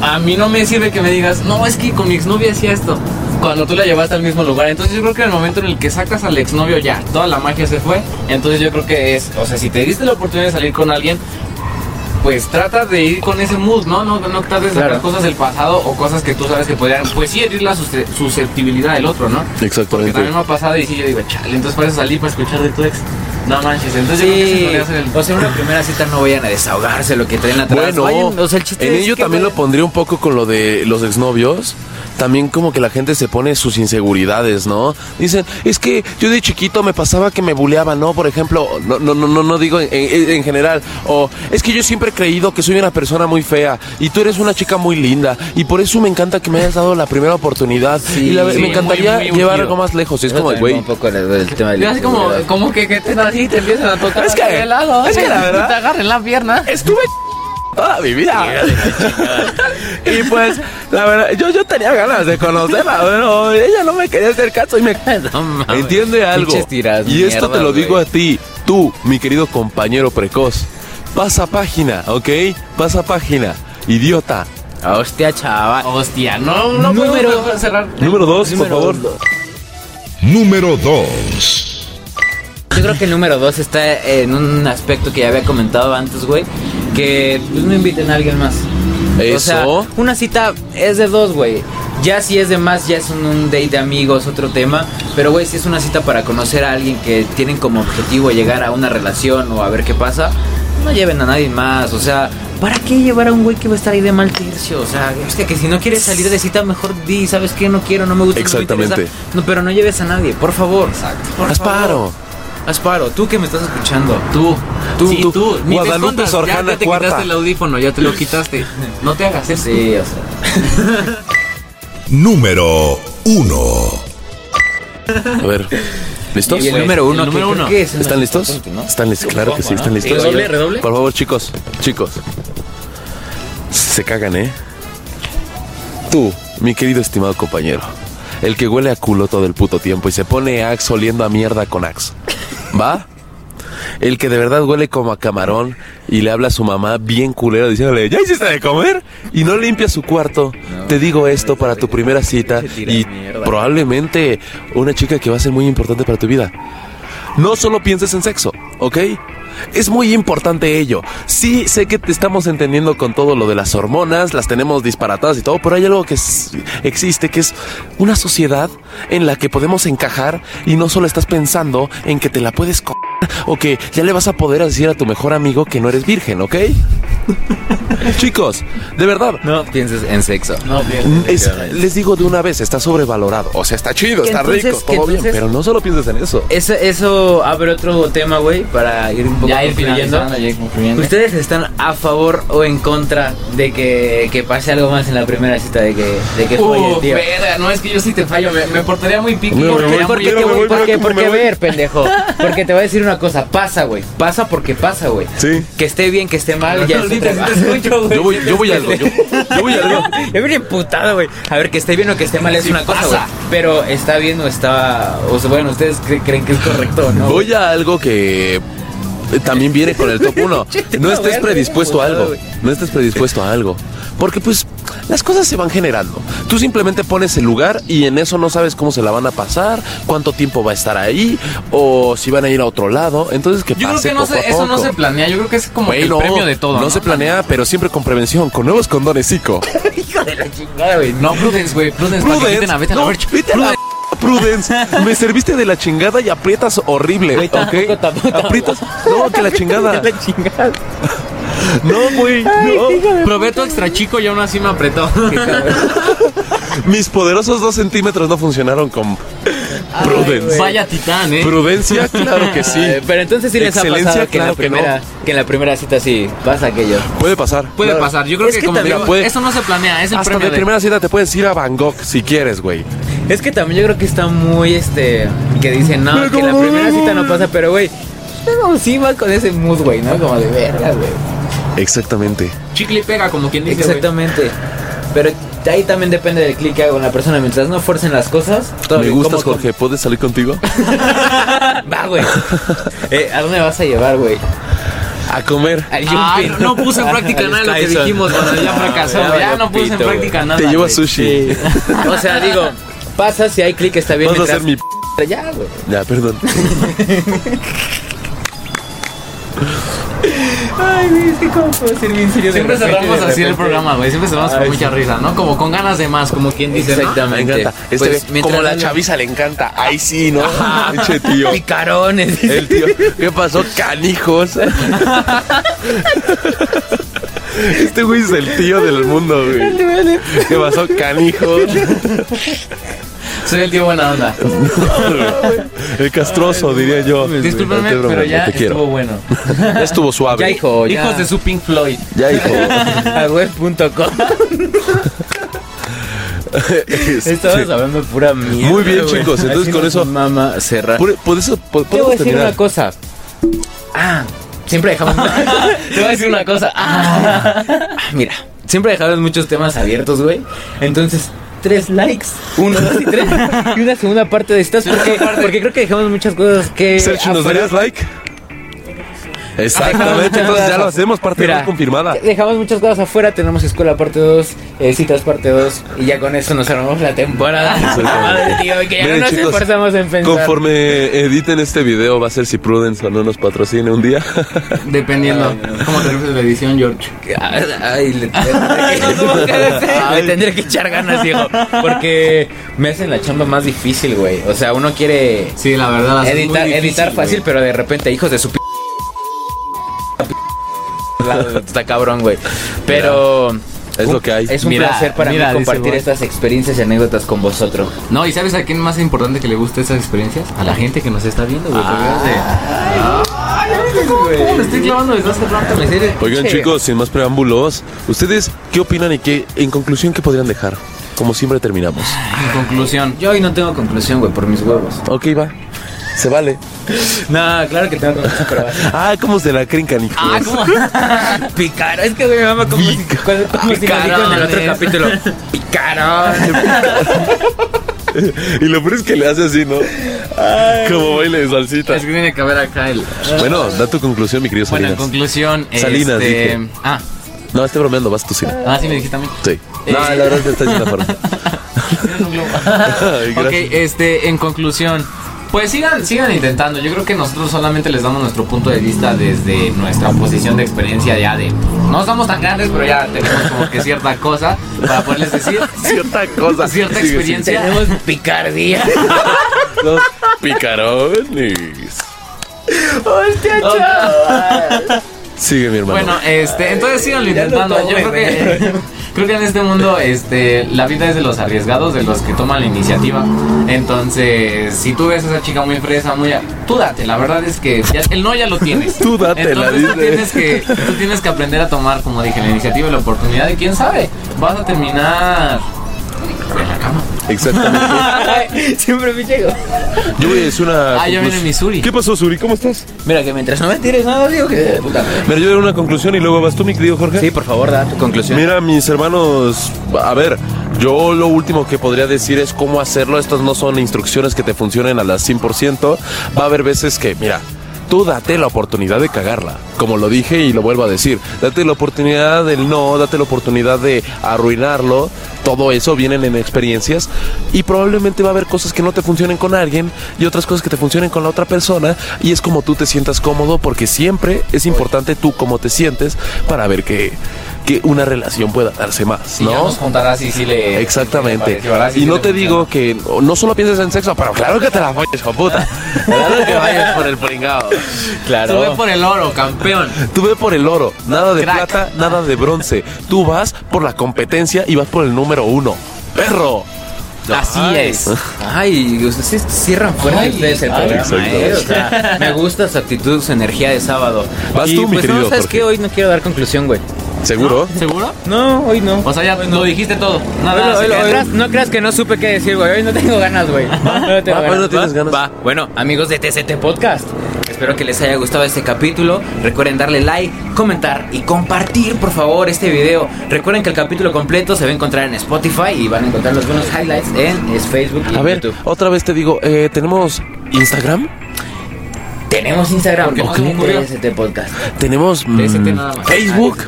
Speaker 4: a mí no me sirve que me digas, no, es que con mi exnovia hacía esto. Cuando tú la llevaste al mismo lugar, entonces yo creo que en el momento en el que sacas al exnovio ya, toda la magia se fue. Entonces yo creo que es, o sea, si te diste la oportunidad de salir con alguien, pues trata de ir con ese mood, ¿no? No, no trates de sacar
Speaker 2: Claro.
Speaker 4: cosas del pasado o cosas que tú sabes que podrían, pues sí, herir la susce- susceptibilidad del otro, ¿no?
Speaker 3: Exactamente.
Speaker 4: Porque también me ha pasado y sí, yo digo, chale, entonces para eso salí para escuchar de tu ex. No manches, entonces yo creo que se
Speaker 2: Sí,
Speaker 4: podría hacer el...
Speaker 2: o sea, en una primera cita no vayan a desahogarse lo que traen atrás.
Speaker 3: Bueno,
Speaker 2: Vayan, o sea, el chiste
Speaker 3: en
Speaker 2: es
Speaker 3: ello
Speaker 2: que
Speaker 3: también lo
Speaker 2: vayan-
Speaker 3: pondría un poco con lo de los exnovios. También como que la gente se pone sus inseguridades, ¿no? Dicen, es que yo de chiquito me pasaba que me buleaban, ¿no? Por ejemplo, no, no, no, no, no digo en, en- en general. O es que yo siempre he creído que soy una persona muy fea y tú eres una chica muy linda y por eso me encanta que me hayas dado la primera oportunidad
Speaker 2: Sí,
Speaker 3: y la-
Speaker 2: sí,
Speaker 3: me encantaría
Speaker 4: muy, muy
Speaker 3: llevar
Speaker 4: unido.
Speaker 3: algo más lejos. Y es
Speaker 2: Yo
Speaker 3: como,
Speaker 2: también
Speaker 3: güey,
Speaker 2: un poco el, el tema de
Speaker 4: Yo
Speaker 2: la
Speaker 4: así como,
Speaker 2: inseguridad.
Speaker 4: como que, que te así te empiezan a tocar
Speaker 3: Es que-
Speaker 4: así de lado,
Speaker 3: es que
Speaker 4: así,
Speaker 3: la
Speaker 4: y
Speaker 3: verdad-
Speaker 4: te agarren la pierna.
Speaker 3: estuve toda mi vida. y pues, la verdad, yo, yo tenía ganas de conocerla, pero ella no me quería hacer caso y me...
Speaker 2: No mames.
Speaker 3: Entiende algo.
Speaker 2: Pinches tiras
Speaker 3: y esto te
Speaker 2: mierda,
Speaker 3: lo
Speaker 2: güey.
Speaker 3: digo a ti, tú, mi querido compañero precoz. Pasa página, ¿ok? Pasa página, idiota.
Speaker 2: Hostia, chaval.
Speaker 4: Hostia, no, no
Speaker 2: Número-
Speaker 4: podemos cerrar.
Speaker 3: Número dos, por favor.
Speaker 1: Número 2.
Speaker 2: Yo creo que el número dos está en un aspecto que ya había comentado antes, güey. Que pues, no inviten a alguien más. O sea,
Speaker 3: Eso.
Speaker 2: una cita es de dos, güey. Ya si es de más, ya es un, un date de amigos, otro tema. Pero, güey, si es una cita para conocer a alguien que tienen como objetivo llegar a una relación o a ver qué pasa, no lleven a nadie más. O sea, ¿para qué llevar a un güey que va a estar ahí de mal tercio? O sea, hostia, que si no quieres salir de cita, mejor di, ¿sabes qué? No quiero, no me gusta. no me
Speaker 3: Exactamente.
Speaker 2: interesa. No, pero no lleves a nadie, por favor. Exacto.
Speaker 3: Haz paro.
Speaker 2: Asparo, tú que me estás escuchando.
Speaker 4: Tú, tú,
Speaker 3: Sí, tú.
Speaker 4: tú. Ni te
Speaker 3: Guadalupe
Speaker 4: escondas, ya,
Speaker 3: Sorjana
Speaker 4: ya te
Speaker 3: cuarta.
Speaker 4: quitaste el audífono, ya te lo quitaste. No te hagas eso.
Speaker 2: Sí, o sea.
Speaker 1: Número 1.
Speaker 3: A ver, ¿listos?
Speaker 2: Y el número uno,
Speaker 4: el número
Speaker 2: que creo
Speaker 4: uno.
Speaker 2: que es una
Speaker 3: ¿Están
Speaker 2: cita,
Speaker 3: listos?
Speaker 2: ¿no?
Speaker 3: ¿Están listos? Claro que sí, están
Speaker 4: Supongo, ¿no?
Speaker 3: listos.
Speaker 4: ¿Redoble, redoble?
Speaker 3: Por favor, chicos, chicos. Se cagan, ¿eh? Tú, mi querido estimado compañero, el que huele a culo todo el puto tiempo y se pone Axe oliendo a mierda con Axe. ¿Va? El que de verdad huele como a camarón y le habla a su mamá bien culero diciéndole, ¿ya hiciste de comer? Y no limpia su cuarto. Te digo esto para tu primera cita y probablemente una chica que va a ser muy importante para tu vida no solo pienses en sexo, ¿ok? Es muy importante ello. Sí, sé que te estamos entendiendo con todo lo de las hormonas, las tenemos disparatadas y todo, pero hay algo que es- existe, que es una sociedad en la que podemos encajar y no solo estás pensando en que te la puedes co o que ya le vas a poder decir a tu mejor amigo que no eres virgen, ¿ok? Chicos, de verdad,
Speaker 2: No pienses en sexo.
Speaker 4: No, bien.
Speaker 3: es- les digo de una vez, está sobrevalorado. O sea, está chido,
Speaker 2: Que
Speaker 3: está
Speaker 2: entonces-
Speaker 3: rico,
Speaker 2: que
Speaker 3: todo bien,
Speaker 2: entonces-
Speaker 3: pero no solo pienses en eso.
Speaker 2: Eso, eso abre otro tema, güey, para ir un poco
Speaker 4: Ya ir
Speaker 2: concluyendo.
Speaker 4: finalizando, ya ir concluyendo.
Speaker 2: ¿Ustedes están a favor o en contra de que, que pase algo más en la primera cita? De que, de que folle,
Speaker 4: Uh,
Speaker 2: tío.
Speaker 4: verga, no es que yo sí te fallo, me, me portaría muy piqui.
Speaker 3: Me
Speaker 4: porque
Speaker 3: voy,
Speaker 4: era
Speaker 2: Porque,
Speaker 4: muy-
Speaker 2: te
Speaker 3: me
Speaker 2: voy-
Speaker 3: voy,
Speaker 2: porque,
Speaker 3: mira cómo
Speaker 2: porque
Speaker 3: me voy.
Speaker 2: ver, pendejo. Porque te voy a decir una cosa. Pasa, güey. Pasa porque pasa, güey.
Speaker 3: Sí.
Speaker 2: Que esté bien, que esté mal, ya
Speaker 4: No,
Speaker 2: es
Speaker 4: sí,
Speaker 2: otra
Speaker 4: te-
Speaker 2: cosa.
Speaker 4: te escucho, güey.
Speaker 3: Yo voy, yo voy a algo, yo, yo voy a algo.
Speaker 2: Yo vine emputado, güey. A ver, que esté bien o que esté mal es
Speaker 4: Sí
Speaker 2: una cosa,
Speaker 4: pasa.
Speaker 2: güey. Pero está bien o está. O sea, bueno, ustedes cre- creen que es correcto, o ¿no? güey?
Speaker 3: Voy a algo que eh, también viene con el top 1. No
Speaker 2: tema
Speaker 3: estés
Speaker 2: verde,
Speaker 3: predispuesto a algo.
Speaker 2: güey.
Speaker 3: No estés predispuesto a algo. Porque pues las cosas se van generando. Tú simplemente pones el lugar y en eso no sabes cómo se la van a pasar, cuánto tiempo va a estar ahí o si van a ir a otro lado. Entonces que
Speaker 4: Yo creo
Speaker 3: pase
Speaker 4: que no
Speaker 3: poco a
Speaker 4: se, eso no
Speaker 3: poco.
Speaker 4: se planea, yo creo que es como que
Speaker 3: Güey,
Speaker 4: el
Speaker 3: no,
Speaker 4: premio de todo.
Speaker 3: no se planea, pero siempre con prevención, con nuevos condones, Zico.
Speaker 4: No, Prudence, güey. Prudence, para que quiten a Vete a la
Speaker 3: no,
Speaker 4: Verge.
Speaker 3: vete a la Prudence, me serviste de la chingada y aprietas horrible, ¿ok?
Speaker 2: tampoco, tampoco, tampoco.
Speaker 3: aprietas, no, que la chingada.
Speaker 2: chingada.
Speaker 3: No, güey, no.
Speaker 4: Probé tu extra chico y aún así me apretó.
Speaker 3: Mis poderosos dos centímetros no funcionaron con Prudence.
Speaker 4: Vaya titán, eh.
Speaker 3: Prudencia, claro que sí.
Speaker 2: Eh, Pero entonces sí les ha
Speaker 3: Excelencia,
Speaker 2: pasado que, en la
Speaker 3: claro que no.
Speaker 2: primera, que en la primera cita sí pasa aquello.
Speaker 3: Puede pasar.
Speaker 4: Puede
Speaker 3: claro.
Speaker 4: pasar, yo creo
Speaker 3: Es
Speaker 4: que, como
Speaker 3: también
Speaker 4: digo,
Speaker 3: puede-
Speaker 4: eso no se planea, es el
Speaker 3: Hasta
Speaker 4: premio
Speaker 3: de
Speaker 4: de-
Speaker 3: primera cita te puedes ir a Bangkok si quieres, güey.
Speaker 2: Es que también yo creo que está muy este. Que dicen, no,
Speaker 3: Mira
Speaker 2: que la
Speaker 3: cómo
Speaker 2: primera
Speaker 3: va,
Speaker 2: cita no pasa, pero güey. No, sí va con ese mood, güey, ¿no? Como de verga, güey.
Speaker 3: Exactamente.
Speaker 4: Chicle y pega, como quien dice. güey.
Speaker 2: Exactamente. Pero ahí también depende del clic que haga con la persona. Mientras no forcen las cosas, todo
Speaker 3: Me
Speaker 2: bien.
Speaker 3: gustas,
Speaker 2: ¿Cómo-
Speaker 3: Jorge. ¿Puedes salir contigo?
Speaker 2: cómo- Va, güey. Eh, ¿A dónde vas a llevar, güey?
Speaker 3: A comer.
Speaker 2: Al
Speaker 4: Ay,
Speaker 2: Jumping.
Speaker 4: Ah, no puse en práctica
Speaker 2: Al
Speaker 4: nada de lo que
Speaker 2: Tyson.
Speaker 4: dijimos cuando ya fracasó.
Speaker 2: ya
Speaker 4: güey. Ya
Speaker 2: valió
Speaker 4: no puse en
Speaker 2: pito, güey.
Speaker 4: práctica nada.
Speaker 3: Te llevo
Speaker 4: güey.
Speaker 3: a sushi.
Speaker 2: Sí. O sea, digo, pasa si hay clic está bien.
Speaker 3: Vas a
Speaker 2: mientras-
Speaker 3: ser mi p-
Speaker 2: Ya, güey.
Speaker 3: Ya, perdón.
Speaker 2: Ay, güey, es que cómo puedo ser bien serio.
Speaker 4: Siempre cerramos así el programa, güey. Siempre cerramos con mucha risa, ¿no? Como con ganas de más, como quien dice. ¿no?
Speaker 3: Me
Speaker 2: Exactamente.
Speaker 3: encanta. Este
Speaker 2: Pues,
Speaker 3: ve-
Speaker 2: mientras
Speaker 3: como la
Speaker 2: no-
Speaker 3: chaviza le encanta. Ay, sí, ¿no? Pinche tío.
Speaker 2: Picarones. dice.
Speaker 3: El tío. ¿Qué pasó, canijos? Este güey es el tío del mundo, güey. ¿Qué pasó, canijos?
Speaker 4: Soy el tío buena onda.
Speaker 3: El castroso, diría yo.
Speaker 4: Discúlpenme,
Speaker 3: No te
Speaker 4: pero
Speaker 3: bromas,
Speaker 4: ya
Speaker 3: te quiero.
Speaker 4: estuvo bueno.
Speaker 3: Ya estuvo suave.
Speaker 2: Ya, hijo, ya.
Speaker 4: Hijos de su Pink Floyd.
Speaker 3: Ya, hijo. Ah,
Speaker 2: A web.com.
Speaker 3: Este,
Speaker 2: Estamos hablando pura mierda.
Speaker 3: Muy bien,
Speaker 2: güey.
Speaker 3: chicos, entonces
Speaker 2: Así
Speaker 3: con
Speaker 2: no
Speaker 3: eso-
Speaker 2: Mamá, cerrar.
Speaker 3: Por, por eso, por,
Speaker 2: Te voy a
Speaker 3: podemos
Speaker 2: decir
Speaker 3: terminar.
Speaker 2: una cosa. Ah, siempre dejamos.
Speaker 4: Te voy a decir una cosa. Ah,
Speaker 2: Mira, siempre dejamos muchos temas abiertos, güey. Entonces, tres likes, uno, dos y tres. Y una segunda parte de estas, porque, porque creo que dejamos muchas cosas que.
Speaker 3: Sergio, ¿nos
Speaker 2: afuera-
Speaker 3: darías like?
Speaker 2: Dejamos
Speaker 3: Exactamente,
Speaker 2: muchas
Speaker 3: entonces ya
Speaker 2: cosas
Speaker 3: lo hacemos, parte
Speaker 2: Mira,
Speaker 3: dos confirmada.
Speaker 2: Dejamos muchas cosas afuera, tenemos escuela parte 2, citas parte 2, y ya con eso nos armamos la temporada. Madre, tío, que ya
Speaker 3: Miren,
Speaker 2: no nos
Speaker 3: chicos,
Speaker 2: esforzamos en pensar.
Speaker 3: Conforme editen este video, va a ser si Prudence o no nos patrocine un día.
Speaker 4: Dependiendo. ¿Cómo te refieres la edición, George?
Speaker 2: Ay, le, tendré que- Ay, le tendré que echar ganas, Diego. Porque me hacen la chamba más difícil, güey. O sea, uno quiere
Speaker 4: Sí, la verdad. así es muy
Speaker 2: editar,
Speaker 4: difícil,
Speaker 2: editar fácil, pero de repente, hijos de su p. La- Está cabrón, güey. Pero.
Speaker 3: Es lo que hay.
Speaker 2: Es un
Speaker 4: Mira,
Speaker 2: placer para
Speaker 4: mira,
Speaker 2: mí
Speaker 4: dice,
Speaker 2: compartir
Speaker 4: güey.
Speaker 2: estas experiencias y anécdotas con vosotros.
Speaker 4: güey. No, ¿y sabes a quién más es importante que le guste esas experiencias? A la gente que nos está viendo, güey. porque
Speaker 2: Ah.
Speaker 4: fíjate. ¿Cómo me estoy clavando desde hace rato? güey?
Speaker 3: Oigan,
Speaker 2: Che.
Speaker 3: chicos, sin más preámbulos, ¿ustedes qué opinan y qué, en conclusión, qué podrían dejar? Como siempre terminamos.
Speaker 4: En Ah, conclusión,
Speaker 2: Yo hoy no tengo conclusión, güey, por mis huevos.
Speaker 3: Ok, va. Se vale.
Speaker 2: No, claro que tengo conclusión, pero va.
Speaker 3: Ah, cómo se la crincan, hijo.
Speaker 4: Ah, ¿cómo?
Speaker 2: Picaro, es que güey, mi mamá como si, cuando- como si nos dijo en el otro
Speaker 4: Picarones.
Speaker 2: capítulo. Picarón.
Speaker 3: Y lo peor es que le hace así, ¿no? Como baile de salsita.
Speaker 4: Es que tiene que haber acá el...
Speaker 3: Bueno, da tu conclusión, mi querido
Speaker 4: Bueno, en
Speaker 3: Salinas.
Speaker 4: conclusión,
Speaker 3: Salinas,
Speaker 4: este...
Speaker 3: dije.
Speaker 4: Ah,
Speaker 3: no, estoy bromeando, vas tú, sí.
Speaker 4: ah, sí me dijiste a mí.
Speaker 3: Sí. No, la
Speaker 4: Eh.
Speaker 3: verdad es que está yendo forma. Ay,
Speaker 4: ok,
Speaker 3: gracias.
Speaker 4: este, en conclusión, pues sigan, sigan intentando. Yo creo que nosotros solamente les damos nuestro punto de vista desde nuestra posición de experiencia ya de. No somos tan grandes, pero ya tenemos como que cierta cosa para poderles decir.
Speaker 3: Cierta cosa.
Speaker 4: Cierta
Speaker 3: Sigue,
Speaker 4: experiencia.
Speaker 2: Tenemos picardía.
Speaker 3: sigue. Los picarones.
Speaker 2: Hostia, chao.
Speaker 3: Sigue, mi hermano.
Speaker 4: Bueno, este, entonces síganlo
Speaker 2: Ya lo
Speaker 4: intentando. Yo
Speaker 2: tomé,
Speaker 4: creo que, creo que en este mundo, este, la vida es de los arriesgados, de los que toman la iniciativa. Entonces, si tú ves a esa chica muy fresa, muy, a- tú date. La verdad es que ya- el no ya lo tienes.
Speaker 3: Tú date, la
Speaker 4: Entonces, tú
Speaker 3: dice.
Speaker 4: tienes que, tú tienes que aprender a tomar, como dije, la iniciativa y la oportunidad. Y quién sabe, vas a terminar en la cama.
Speaker 3: Exactamente.
Speaker 2: Siempre me llego.
Speaker 3: Yo voy a decir una.
Speaker 4: Ah, ya viene
Speaker 3: conclus-
Speaker 4: mi Suri.
Speaker 3: ¿Qué pasó, Suri? ¿Cómo estás?
Speaker 2: Mira, que mientras no me tires nada, digo que de puta madre.
Speaker 3: Mira, yo voy a dar una conclusión y luego vas tú, mi querido Jorge.
Speaker 2: Sí, por favor, da tu conclusión.
Speaker 3: Mira, mis hermanos, a ver, yo lo último que podría decir es cómo hacerlo. Estas no son instrucciones que te funcionen a las 100%. Va a haber veces que, mira, Tú date la oportunidad de cagarla. Como lo dije y lo vuelvo a decir. Date la oportunidad del no, date la oportunidad de arruinarlo. Todo eso vienen en experiencias y probablemente va a haber cosas que no te funcionen con alguien y otras cosas que te funcionen con la otra persona y es como tú te sientas cómodo porque siempre es importante tú cómo te sientes para ver que, que una relación pueda darse más,
Speaker 7: Si ya
Speaker 3: ¿no?
Speaker 7: nos contarás y si le.
Speaker 3: Exactamente.
Speaker 7: si le pareció, ahora sí
Speaker 3: y
Speaker 7: si
Speaker 3: no
Speaker 7: le
Speaker 3: te
Speaker 7: funciona.
Speaker 3: digo que no- no solo pienses en sexo, pero claro que te la folles, hijo puta. Claro que vayas por el pringao.
Speaker 7: Claro.
Speaker 4: Sube por el oro, campeón.
Speaker 3: Tú ve por el oro, nada de plata, nada de bronce. Tú vas por la competencia y vas por el número uno. ¡Perro!
Speaker 2: Así es. Ay, ustedes cierran fuerte
Speaker 7: Ay,
Speaker 2: ustedes el
Speaker 7: ay,
Speaker 2: programa,
Speaker 3: exacto.
Speaker 2: ¿eh? O sea, me gusta su actitud, su energía de sábado.
Speaker 3: Vas
Speaker 2: Y,
Speaker 3: tú, mi
Speaker 2: pues,
Speaker 3: querido
Speaker 2: No, ¿sabes
Speaker 3: Jorge.
Speaker 2: qué? Hoy no quiero dar conclusión, güey.
Speaker 3: ¿Seguro?
Speaker 4: ¿Seguro?
Speaker 2: No, hoy no.
Speaker 4: O sea, ya lo dijiste todo.
Speaker 2: Hoy
Speaker 4: Nada,
Speaker 2: no-
Speaker 4: se
Speaker 2: hoy no-
Speaker 4: queda.
Speaker 2: hoy no- no creas que no supe qué decir, güey. Hoy no tengo ganas, güey. No
Speaker 3: va, hoy no tienes ganas.
Speaker 2: Va. Bueno, amigos de TCT Podcast, espero que les haya gustado este capítulo. Recuerden darle like, comentar y compartir, por favor, este video. Recuerden que el capítulo completo se va a encontrar en Spotify y van a encontrar los buenos highlights en es Facebook y
Speaker 3: A ver,
Speaker 2: YouTube.
Speaker 3: otra vez te digo, eh, ¿tenemos Instagram?
Speaker 2: Tenemos Instagram,
Speaker 3: no
Speaker 2: ¿por
Speaker 3: se me ocurrió.
Speaker 2: TST Podcast.
Speaker 3: ¿Tenemos mm,
Speaker 4: TST nada más.
Speaker 3: Facebook?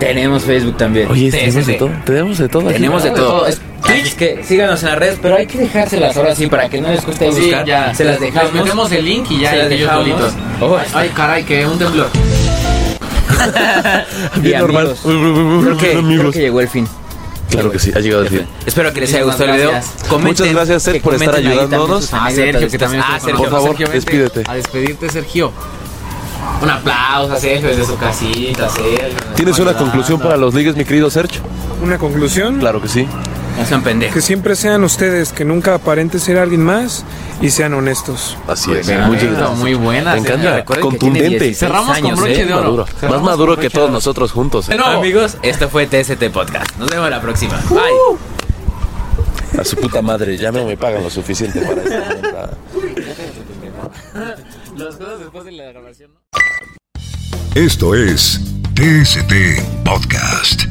Speaker 2: Tenemos Facebook también.
Speaker 3: Oye, tenemos de
Speaker 2: TST.
Speaker 3: todo. Tenemos de todo. aquí.
Speaker 2: Tenemos de
Speaker 4: Claro,
Speaker 2: todo.
Speaker 4: de todo.
Speaker 2: Es, es que síganos en las redes, pero hay que dejárselas ahora sí para que no les cueste
Speaker 4: Sí,
Speaker 2: buscar.
Speaker 4: ya.
Speaker 2: Se las dejamos.
Speaker 4: Les metemos el link y ya
Speaker 2: Se las
Speaker 4: ellos
Speaker 2: dejamos.
Speaker 4: solitos.
Speaker 2: Oh,
Speaker 4: Ay, caray, que un temblor.
Speaker 2: y
Speaker 3: Bien normal.
Speaker 2: amigos, creo que, creo que llegó el fin.
Speaker 3: Claro que sí, ha llegado el fin.
Speaker 2: Espero que les haya
Speaker 4: Muchísimas
Speaker 2: gustado el video.
Speaker 4: gracias.
Speaker 2: Comenten,
Speaker 3: Muchas gracias, Seth,
Speaker 2: que
Speaker 3: por estar
Speaker 2: comenten ahí también
Speaker 3: ayudándonos.
Speaker 2: sus
Speaker 4: A
Speaker 2: anécdotas
Speaker 4: Sergio, que
Speaker 2: de
Speaker 4: también
Speaker 2: ustedes.
Speaker 4: estuvo
Speaker 2: Ah,
Speaker 4: con
Speaker 3: Por
Speaker 2: Sergio.
Speaker 4: nosotros.
Speaker 3: favor,
Speaker 4: Sergio, vente
Speaker 3: despídete.
Speaker 4: A despedirte, Sergio. Un aplauso a Sergio desde su casita, Sergio.
Speaker 3: ¿Tienes una
Speaker 4: Ayudando.
Speaker 3: conclusión para los ligues, mi querido Sergio?
Speaker 5: Una conclusión.
Speaker 3: Claro que sí.
Speaker 2: No sean pendejos.
Speaker 5: Que siempre sean ustedes, que nunca aparenten ser alguien más y sean honestos.
Speaker 3: Así es.
Speaker 4: Bueno,
Speaker 3: Muchas gracias.
Speaker 4: Muy eh, buena.
Speaker 3: Me encanta.
Speaker 2: Recuerden que tiene
Speaker 3: Contundente.
Speaker 2: 16
Speaker 4: Cerramos con
Speaker 2: años,
Speaker 4: broche
Speaker 2: ¿eh?
Speaker 4: de oro.
Speaker 3: Maduro. Más
Speaker 4: Cerramos
Speaker 3: maduro
Speaker 4: con
Speaker 3: que
Speaker 4: broche
Speaker 3: todos
Speaker 4: de oro.
Speaker 3: nosotros juntos.
Speaker 4: De nuevo.
Speaker 2: Amigos, esto fue TST Podcast. Nos vemos la próxima. Bye.
Speaker 3: A su puta madre, ya no me pagan lo suficiente para esta mierda.
Speaker 4: Las cosas después de la grabación. ¿no?
Speaker 1: Esto es TST Podcast.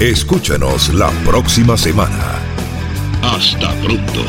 Speaker 1: Escúchanos la próxima semana. Hasta pronto.